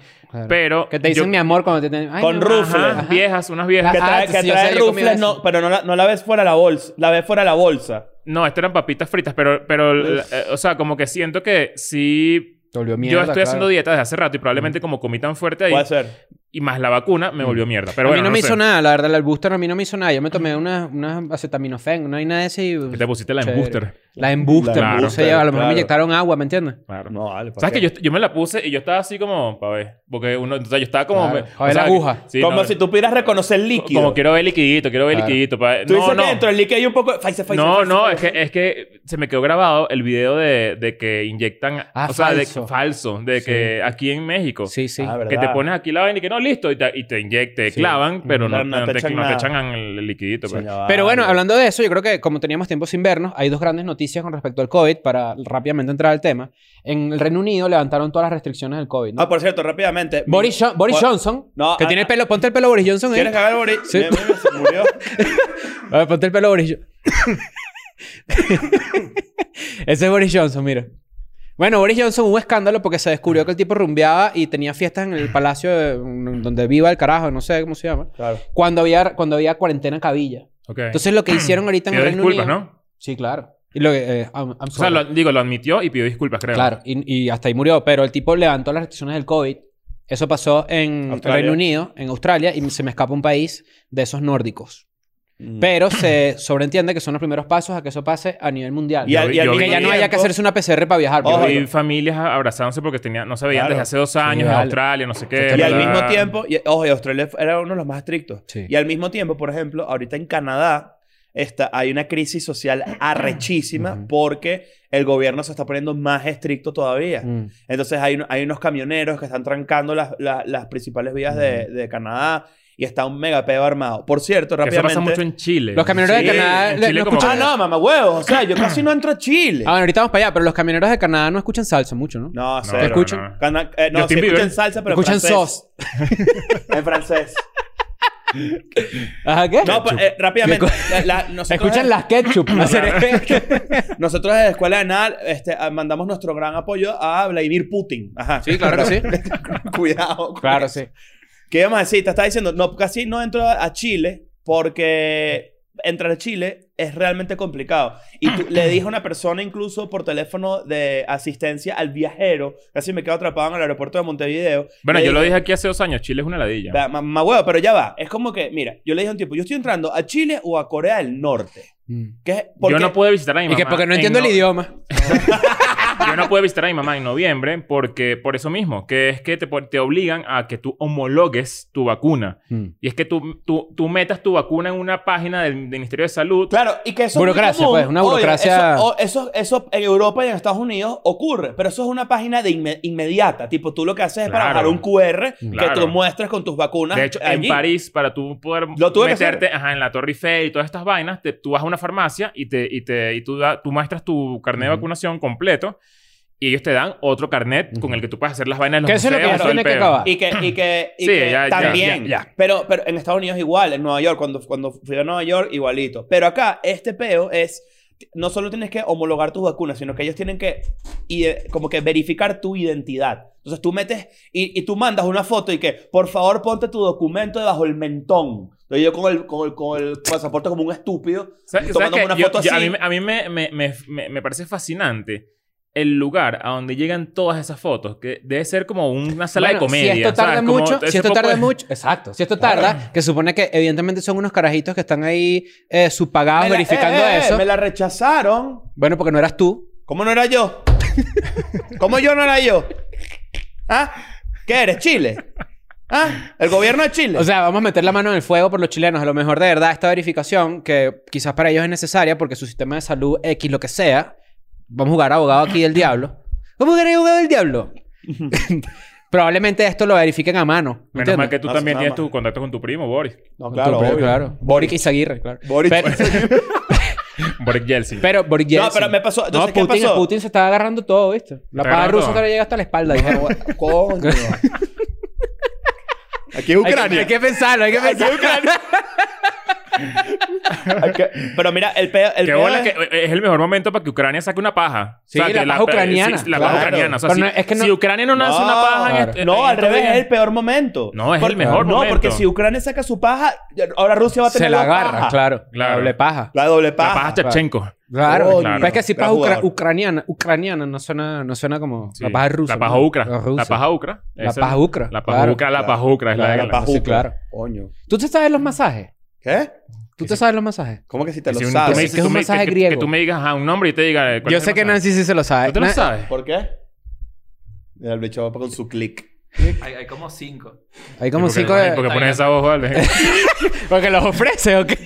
[SPEAKER 2] Pero...
[SPEAKER 3] Que te dicen
[SPEAKER 2] yo-
[SPEAKER 3] mi amor cuando te... ten- Ay,
[SPEAKER 4] Con
[SPEAKER 3] no.
[SPEAKER 4] rufles.
[SPEAKER 2] Ajá,
[SPEAKER 3] Ajá.
[SPEAKER 2] viejas, unas viejas.
[SPEAKER 4] Que
[SPEAKER 3] Ah,
[SPEAKER 4] trae,
[SPEAKER 3] sí,
[SPEAKER 4] que
[SPEAKER 3] sí, yo
[SPEAKER 4] trae
[SPEAKER 3] sé, yo comí
[SPEAKER 4] rufles,
[SPEAKER 3] eso.
[SPEAKER 4] no, pero no la, no la ves fuera de la bolsa. La ves fuera de la bolsa.
[SPEAKER 2] No, estas eran papitas fritas, pero... pero la-
[SPEAKER 4] Uf.
[SPEAKER 2] eh, o sea, como que siento que sí...
[SPEAKER 3] Te volvió mierda,
[SPEAKER 2] yo estoy haciendo
[SPEAKER 3] claro.
[SPEAKER 2] dieta desde hace rato y probablemente como comí tan fuerte ahí
[SPEAKER 4] Puede ser.
[SPEAKER 2] y más la vacuna me volvió mierda. Pero
[SPEAKER 3] a
[SPEAKER 2] bueno,
[SPEAKER 3] mí no,
[SPEAKER 2] no
[SPEAKER 3] me
[SPEAKER 2] sé.
[SPEAKER 3] hizo nada, la verdad, el booster a mí no me hizo nada. Yo me tomé una, una acetaminofén, una vaina de ese y...
[SPEAKER 2] Que te pusiste la
[SPEAKER 3] Chévere.
[SPEAKER 2] embuster.
[SPEAKER 3] La embuster,
[SPEAKER 2] La
[SPEAKER 3] me puse
[SPEAKER 4] embuster,
[SPEAKER 3] ya, a lo mejor me
[SPEAKER 4] claro.
[SPEAKER 3] inyectaron agua, ¿me entiendes?
[SPEAKER 2] Claro.
[SPEAKER 4] No, vale. ¿para
[SPEAKER 2] ¿Sabes
[SPEAKER 4] qué?
[SPEAKER 2] que yo, yo me la puse y yo estaba así como, para ver, porque uno, o sea, yo estaba como...
[SPEAKER 3] Claro.
[SPEAKER 2] me-
[SPEAKER 3] Joder,
[SPEAKER 2] o sea,
[SPEAKER 3] la aguja.
[SPEAKER 2] sí,
[SPEAKER 4] Como
[SPEAKER 2] no,
[SPEAKER 4] si tú pudieras reconocer líquido.
[SPEAKER 2] Como quiero ver liquidito, quiero ver
[SPEAKER 3] Claro.
[SPEAKER 2] liquidito. pa' ver.
[SPEAKER 4] Tú dices
[SPEAKER 2] no, no.
[SPEAKER 4] que dentro del líquido hay un poco... de- Pfizer, Pfizer,
[SPEAKER 2] No,
[SPEAKER 4] Pfizer,
[SPEAKER 2] no, es
[SPEAKER 4] Pfizer.
[SPEAKER 2] que, eh, es que se me quedó grabado el video de, de que inyectan...
[SPEAKER 3] Ah,
[SPEAKER 2] o sea, de-
[SPEAKER 3] falso.
[SPEAKER 2] falso. De que aquí en México.
[SPEAKER 3] Sí, sí.
[SPEAKER 4] Ah,
[SPEAKER 2] Que te
[SPEAKER 4] ¿verdad?
[SPEAKER 2] pones aquí la vaina y que no, listo. Y te, y te inyec- te
[SPEAKER 3] Sí.
[SPEAKER 2] clavan, pero no,
[SPEAKER 4] Pero no
[SPEAKER 2] no
[SPEAKER 4] te
[SPEAKER 2] te,
[SPEAKER 4] echan
[SPEAKER 2] no te
[SPEAKER 4] nada.
[SPEAKER 2] echan el liquidito. pues.
[SPEAKER 4] Coño, vale.
[SPEAKER 3] Pero bueno, hablando de eso, yo creo que como teníamos tiempo sin vernos, hay dos grandes noticias con respecto al COVID para rápidamente entrar al tema. En el Reino Unido levantaron todas las restricciones del COVID. ¿no?
[SPEAKER 4] Ah, por cierto, rápidamente.
[SPEAKER 3] Boris, Jo- Boris
[SPEAKER 4] Bo-
[SPEAKER 3] Johnson,
[SPEAKER 4] No,
[SPEAKER 3] que
[SPEAKER 4] ah,
[SPEAKER 3] tiene el
[SPEAKER 4] ah,
[SPEAKER 3] pelo, ponte el pelo Boris Johnson ahí.
[SPEAKER 4] ¿Quieres cagar, Boris?
[SPEAKER 3] Sí.
[SPEAKER 4] Me- me- me- se murió.
[SPEAKER 3] A ver, ponte el pelo Boris Johnson. Ese es Boris Johnson, mira. Bueno, Boris Johnson hubo escándalo porque se descubrió que el tipo rumbeaba y tenía fiestas en el palacio de- mm, donde viva el carajo, no sé cómo se llama.
[SPEAKER 4] Claro.
[SPEAKER 3] Cuando había, cuando había cuarentena en cabilla.
[SPEAKER 2] Ok.
[SPEAKER 3] Entonces lo que hicieron ahorita en el
[SPEAKER 2] Pidió
[SPEAKER 3] Reino
[SPEAKER 2] disculpas,
[SPEAKER 3] Unido-
[SPEAKER 2] ¿no?
[SPEAKER 3] Sí, claro. Y lo que, eh, I'm- I'm
[SPEAKER 2] O sea,
[SPEAKER 3] sorry.
[SPEAKER 2] lo- digo, lo admitió y pidió disculpas, creo.
[SPEAKER 3] Claro, y, y hasta ahí murió. Pero el tipo levantó las restricciones del COVID. Eso pasó en el
[SPEAKER 4] Australia.
[SPEAKER 3] Reino Unido, en Australia, y se me escapa un país de esos nórdicos. Pero se sobreentiende que son los primeros pasos a que eso pase a nivel mundial.
[SPEAKER 4] Mm. Y, al- y al
[SPEAKER 2] Yo vi-
[SPEAKER 3] que ya no
[SPEAKER 4] mismo
[SPEAKER 3] haya que
[SPEAKER 4] tiempo-
[SPEAKER 3] hacerse una PCR para viajar.
[SPEAKER 2] Yo
[SPEAKER 4] Ojo,
[SPEAKER 3] porque-
[SPEAKER 2] vi familias abrazándose porque tenía, no se veían
[SPEAKER 4] Claro.
[SPEAKER 2] desde hace dos años en
[SPEAKER 3] vale.
[SPEAKER 2] Australia, no sé qué.
[SPEAKER 3] Y
[SPEAKER 4] Y al
[SPEAKER 2] bla, bla,
[SPEAKER 4] mismo
[SPEAKER 2] bla.
[SPEAKER 4] tiempo, y- ojo, y Australia era uno de los más estrictos.
[SPEAKER 3] Sí.
[SPEAKER 4] Y al mismo tiempo, por ejemplo, ahorita en Canadá está, hay una crisis social arrechísima
[SPEAKER 3] Ujú.
[SPEAKER 4] porque el gobierno se está poniendo más estricto todavía.
[SPEAKER 3] Mm.
[SPEAKER 4] Entonces hay, un- hay unos camioneros que están trancando las, las- las principales vías de,
[SPEAKER 3] Mm.
[SPEAKER 4] de Canadá y está un mega peo armado. Por cierto,
[SPEAKER 2] Que eso
[SPEAKER 4] rápidamente...
[SPEAKER 2] pasa mucho en Chile.
[SPEAKER 3] Los camioneros
[SPEAKER 4] Sí,
[SPEAKER 3] de Canadá...
[SPEAKER 2] en
[SPEAKER 3] le-
[SPEAKER 2] Chile
[SPEAKER 3] no
[SPEAKER 2] como
[SPEAKER 3] escuchan-
[SPEAKER 4] Ah, no, mamá huevos. O sea, yo casi no entro a Chile.
[SPEAKER 3] Ah, bueno, ahorita vamos para allá, pero los camioneros de Canadá no escuchan salsa mucho, ¿no?
[SPEAKER 4] No,
[SPEAKER 2] No,
[SPEAKER 4] cero.
[SPEAKER 2] no,
[SPEAKER 3] escuchan?
[SPEAKER 2] no.
[SPEAKER 4] Cana- eh, no, sí
[SPEAKER 2] Justin Bieber.
[SPEAKER 4] escuchan salsa, pero en
[SPEAKER 3] escuchan
[SPEAKER 4] francés.
[SPEAKER 3] sos.
[SPEAKER 4] En francés.
[SPEAKER 3] Ajá, ¿qué?
[SPEAKER 4] No, pues, eh, rápidamente. La- la- nosotros-
[SPEAKER 3] Escuchan las ketchup. ¿no?
[SPEAKER 4] Nosotros desde Escuela de Nada este, ah, mandamos nuestro gran apoyo a Vladimir Putin. Ajá.
[SPEAKER 3] Sí, claro que sí.
[SPEAKER 4] cuidado. con
[SPEAKER 3] Claro,
[SPEAKER 4] eso.
[SPEAKER 3] sí.
[SPEAKER 4] ¿Qué íbamos a decir? Te estaba diciendo, no, casi no entro a a Chile porque entrar a Chile es realmente complicado. Y tú- le dije a una persona incluso por teléfono de asistencia al viajero, casi me quedo atrapado en el aeropuerto de Montevideo.
[SPEAKER 2] Bueno,
[SPEAKER 4] Le
[SPEAKER 2] yo lo
[SPEAKER 4] dije,
[SPEAKER 2] dije aquí hace dos años. Chile es una ladilla.
[SPEAKER 4] "Va, ma- Mamá huevo, pero ya va. Es como que, mira, yo le dije a un tipo, yo estoy entrando a Chile o a Corea del Norte.
[SPEAKER 3] Mm.
[SPEAKER 4] ¿Qué?
[SPEAKER 2] Yo no pude visitar a mi
[SPEAKER 3] Y
[SPEAKER 2] mamá.
[SPEAKER 3] que porque no
[SPEAKER 2] en
[SPEAKER 3] entiendo el idioma.
[SPEAKER 2] yo no pude visitar a mi mamá en noviembre porque por eso mismo, que es que te, po- te obligan a que tú homologues tu vacuna.
[SPEAKER 3] Mm.
[SPEAKER 2] Y es que tú, tú, tú metas tu vacuna en una página del, del Ministerio de Salud.
[SPEAKER 4] Claro, y que eso. es muy
[SPEAKER 3] Burocracia,
[SPEAKER 4] común.
[SPEAKER 3] pues, una burocracia-
[SPEAKER 4] eso, o- eso, eso en Europa y en Estados Unidos ocurre, pero eso es una página de inme- inmediata. Tipo, tú lo que haces es para
[SPEAKER 2] Claro.
[SPEAKER 4] bajar un QR que
[SPEAKER 2] Claro.
[SPEAKER 4] tú muestras con tus vacunas.
[SPEAKER 2] De hecho,
[SPEAKER 4] allí.
[SPEAKER 2] en París, para tú poder
[SPEAKER 4] Lo tuve que
[SPEAKER 2] meterte ajá, en la Torre Eiffel y todas estas vainas, te- tú vas a una farmacia y, te, y, te, y tú, da- tú muestras tu carnet de
[SPEAKER 3] Ujú.
[SPEAKER 2] vacunación completo y ellos te dan otro carnet con el que tú puedes hacer las vainas de los
[SPEAKER 3] Que eso es lo que
[SPEAKER 2] museos y
[SPEAKER 3] ya
[SPEAKER 2] todo el
[SPEAKER 3] tiene que
[SPEAKER 2] peo.
[SPEAKER 3] acabar.
[SPEAKER 4] Y que, y que, y
[SPEAKER 2] Sí,
[SPEAKER 4] que
[SPEAKER 2] ya, ya,
[SPEAKER 4] también.
[SPEAKER 3] ya, ya.
[SPEAKER 4] Pero, pero en Estados Unidos igual, en Nueva York, cuando, cuando fui a Nueva York, igualito. Pero acá, este peo es. No solo tienes que homologar tus vacunas, sino que ellos tienen que y, eh, como que verificar tu identidad. Entonces tú metes y, y tú mandas una foto y que, por favor, ponte tu documento debajo el mentón. Entonces yo con el, con el, con el pasaporte como un estúpido,
[SPEAKER 2] ¿Sabes- sabes
[SPEAKER 4] tomándome
[SPEAKER 2] qué?
[SPEAKER 4] una
[SPEAKER 2] Yo-
[SPEAKER 4] foto
[SPEAKER 2] yo- a
[SPEAKER 4] así.
[SPEAKER 2] mí, a mí me, me- me- me- me parece fascinante el lugar a donde llegan todas esas fotos, que debe ser como una sala de
[SPEAKER 3] Bueno,
[SPEAKER 2] comedia.
[SPEAKER 3] Si esto
[SPEAKER 2] ¿sabes?
[SPEAKER 3] tarda
[SPEAKER 2] Como
[SPEAKER 3] mucho,
[SPEAKER 2] ese
[SPEAKER 3] si esto
[SPEAKER 2] poco
[SPEAKER 3] tarda
[SPEAKER 2] de-
[SPEAKER 3] mucho, exacto. Si esto tarda, que supone que evidentemente son unos carajitos que están ahí eh, subpagados
[SPEAKER 4] Me la-
[SPEAKER 3] verificando
[SPEAKER 4] eh, eh,
[SPEAKER 3] eso.
[SPEAKER 4] Me la rechazaron.
[SPEAKER 3] Bueno, porque no eras tú.
[SPEAKER 4] ¿Cómo no era yo? ¿Cómo yo no era yo? ¿Ah? ¿Qué eres? ¿Chile? ¿Ah? ¿El gobierno de Chile?
[SPEAKER 3] O sea, vamos a meter la mano en el fuego por los chilenos. A lo mejor de verdad esta verificación, que quizás para ellos es necesaria porque su sistema de salud X, lo que sea, vamos a jugar abogado aquí del diablo. Vamos a jugar abogado del diablo. Probablemente esto lo verifiquen a mano. ¿me
[SPEAKER 2] Menos mal que
[SPEAKER 3] entiendes?
[SPEAKER 2] tú
[SPEAKER 4] No,
[SPEAKER 2] también
[SPEAKER 4] nada
[SPEAKER 2] tienes
[SPEAKER 4] más.
[SPEAKER 2] tu contacto con tu primo, Boris.
[SPEAKER 4] no, claro,
[SPEAKER 3] Pero,
[SPEAKER 4] obvio.
[SPEAKER 3] claro. Boric
[SPEAKER 4] Boric.
[SPEAKER 3] Izaguirre, claro.
[SPEAKER 4] Boric. pues.
[SPEAKER 3] Pero-
[SPEAKER 2] Boris Yeltsin.
[SPEAKER 3] Pero Boris
[SPEAKER 4] No,
[SPEAKER 3] Yeltsin.
[SPEAKER 4] pero me pasó- entonces,
[SPEAKER 3] no,
[SPEAKER 4] ¿qué
[SPEAKER 3] Putin,
[SPEAKER 4] pasó?
[SPEAKER 3] Putin se está agarrando todo, ¿viste?
[SPEAKER 2] Está
[SPEAKER 3] La paja
[SPEAKER 2] agarrando
[SPEAKER 3] rusa
[SPEAKER 2] todo.
[SPEAKER 3] ahora llega hasta la espalda. dije.
[SPEAKER 4] Coño. Aquí es
[SPEAKER 3] Hay que- Hay que pensarlo, hay que pensarlo.
[SPEAKER 4] Pero mira, el peor... El
[SPEAKER 2] Qué
[SPEAKER 4] peor
[SPEAKER 2] bola
[SPEAKER 4] es-
[SPEAKER 2] que- es el mejor momento para que Ucrania saque una paja.
[SPEAKER 3] Sí,
[SPEAKER 2] que
[SPEAKER 3] la paja ucraniana,
[SPEAKER 2] sí, la paja
[SPEAKER 4] claro.
[SPEAKER 2] ucraniana. O sea,
[SPEAKER 3] Pero
[SPEAKER 2] si,
[SPEAKER 3] no, es que no-
[SPEAKER 2] si Ucrania no, hace una paja en
[SPEAKER 3] claro.
[SPEAKER 2] este- en
[SPEAKER 4] No, al
[SPEAKER 2] estos
[SPEAKER 4] revés,
[SPEAKER 2] días-
[SPEAKER 4] es el peor momento.
[SPEAKER 2] No, es el
[SPEAKER 4] Porque-
[SPEAKER 2] mejor momento.
[SPEAKER 4] No, porque si Ucrania saca su paja, ahora Rusia va a tener
[SPEAKER 3] Se la
[SPEAKER 4] dos
[SPEAKER 3] agarra,
[SPEAKER 4] pajas.
[SPEAKER 3] claro.
[SPEAKER 2] Claro.
[SPEAKER 3] Doble paja.
[SPEAKER 4] La doble
[SPEAKER 2] La
[SPEAKER 4] paja.
[SPEAKER 2] paja Chachenko.
[SPEAKER 3] Claro.
[SPEAKER 4] Coño,
[SPEAKER 3] Pero es que si paja
[SPEAKER 4] gran
[SPEAKER 3] ucra-
[SPEAKER 4] jugador.
[SPEAKER 3] ucraniana, ucraniana no suena, no suena como
[SPEAKER 2] Sí.
[SPEAKER 3] la paja rusa.
[SPEAKER 2] La paja
[SPEAKER 3] ¿no?
[SPEAKER 2] ucra.
[SPEAKER 3] rusa.
[SPEAKER 2] La paja ucra.
[SPEAKER 3] La
[SPEAKER 2] Esa-
[SPEAKER 3] paja ucra.
[SPEAKER 2] La paja
[SPEAKER 3] claro.
[SPEAKER 2] ucra, la paja ucra. Es la
[SPEAKER 3] Claro,
[SPEAKER 2] de
[SPEAKER 3] la paja
[SPEAKER 4] pajuca.
[SPEAKER 3] claro.
[SPEAKER 4] Coño.
[SPEAKER 3] ¿Tú te sabes los masajes?
[SPEAKER 4] ¿Qué?
[SPEAKER 3] ¿Tú te sabes los masajes?
[SPEAKER 4] ¿Cómo que si te
[SPEAKER 2] Si
[SPEAKER 4] lo
[SPEAKER 2] un-
[SPEAKER 4] sabes?
[SPEAKER 2] Tú me
[SPEAKER 3] que
[SPEAKER 2] dices,
[SPEAKER 3] es
[SPEAKER 2] tú
[SPEAKER 3] un
[SPEAKER 2] me-
[SPEAKER 3] masaje
[SPEAKER 2] que- que,
[SPEAKER 3] griego.
[SPEAKER 2] tú me digas a un nombre y te diga. ¿cuál
[SPEAKER 3] Yo
[SPEAKER 2] es
[SPEAKER 3] sé
[SPEAKER 2] el
[SPEAKER 3] que
[SPEAKER 2] masaje?
[SPEAKER 3] Nancy sí se lo sabe.
[SPEAKER 2] ¿Tú te lo
[SPEAKER 3] Na-
[SPEAKER 2] sabes?
[SPEAKER 4] ¿Por qué? Mira, El bicho va con su click.
[SPEAKER 5] Hay, hay como cinco.
[SPEAKER 3] Hay como
[SPEAKER 2] Sí, porque-
[SPEAKER 3] cinco
[SPEAKER 2] ay,
[SPEAKER 3] de...
[SPEAKER 2] Porque
[SPEAKER 3] Porque...
[SPEAKER 2] pones esa voz, vale.
[SPEAKER 3] los ofrece, ¿o qué?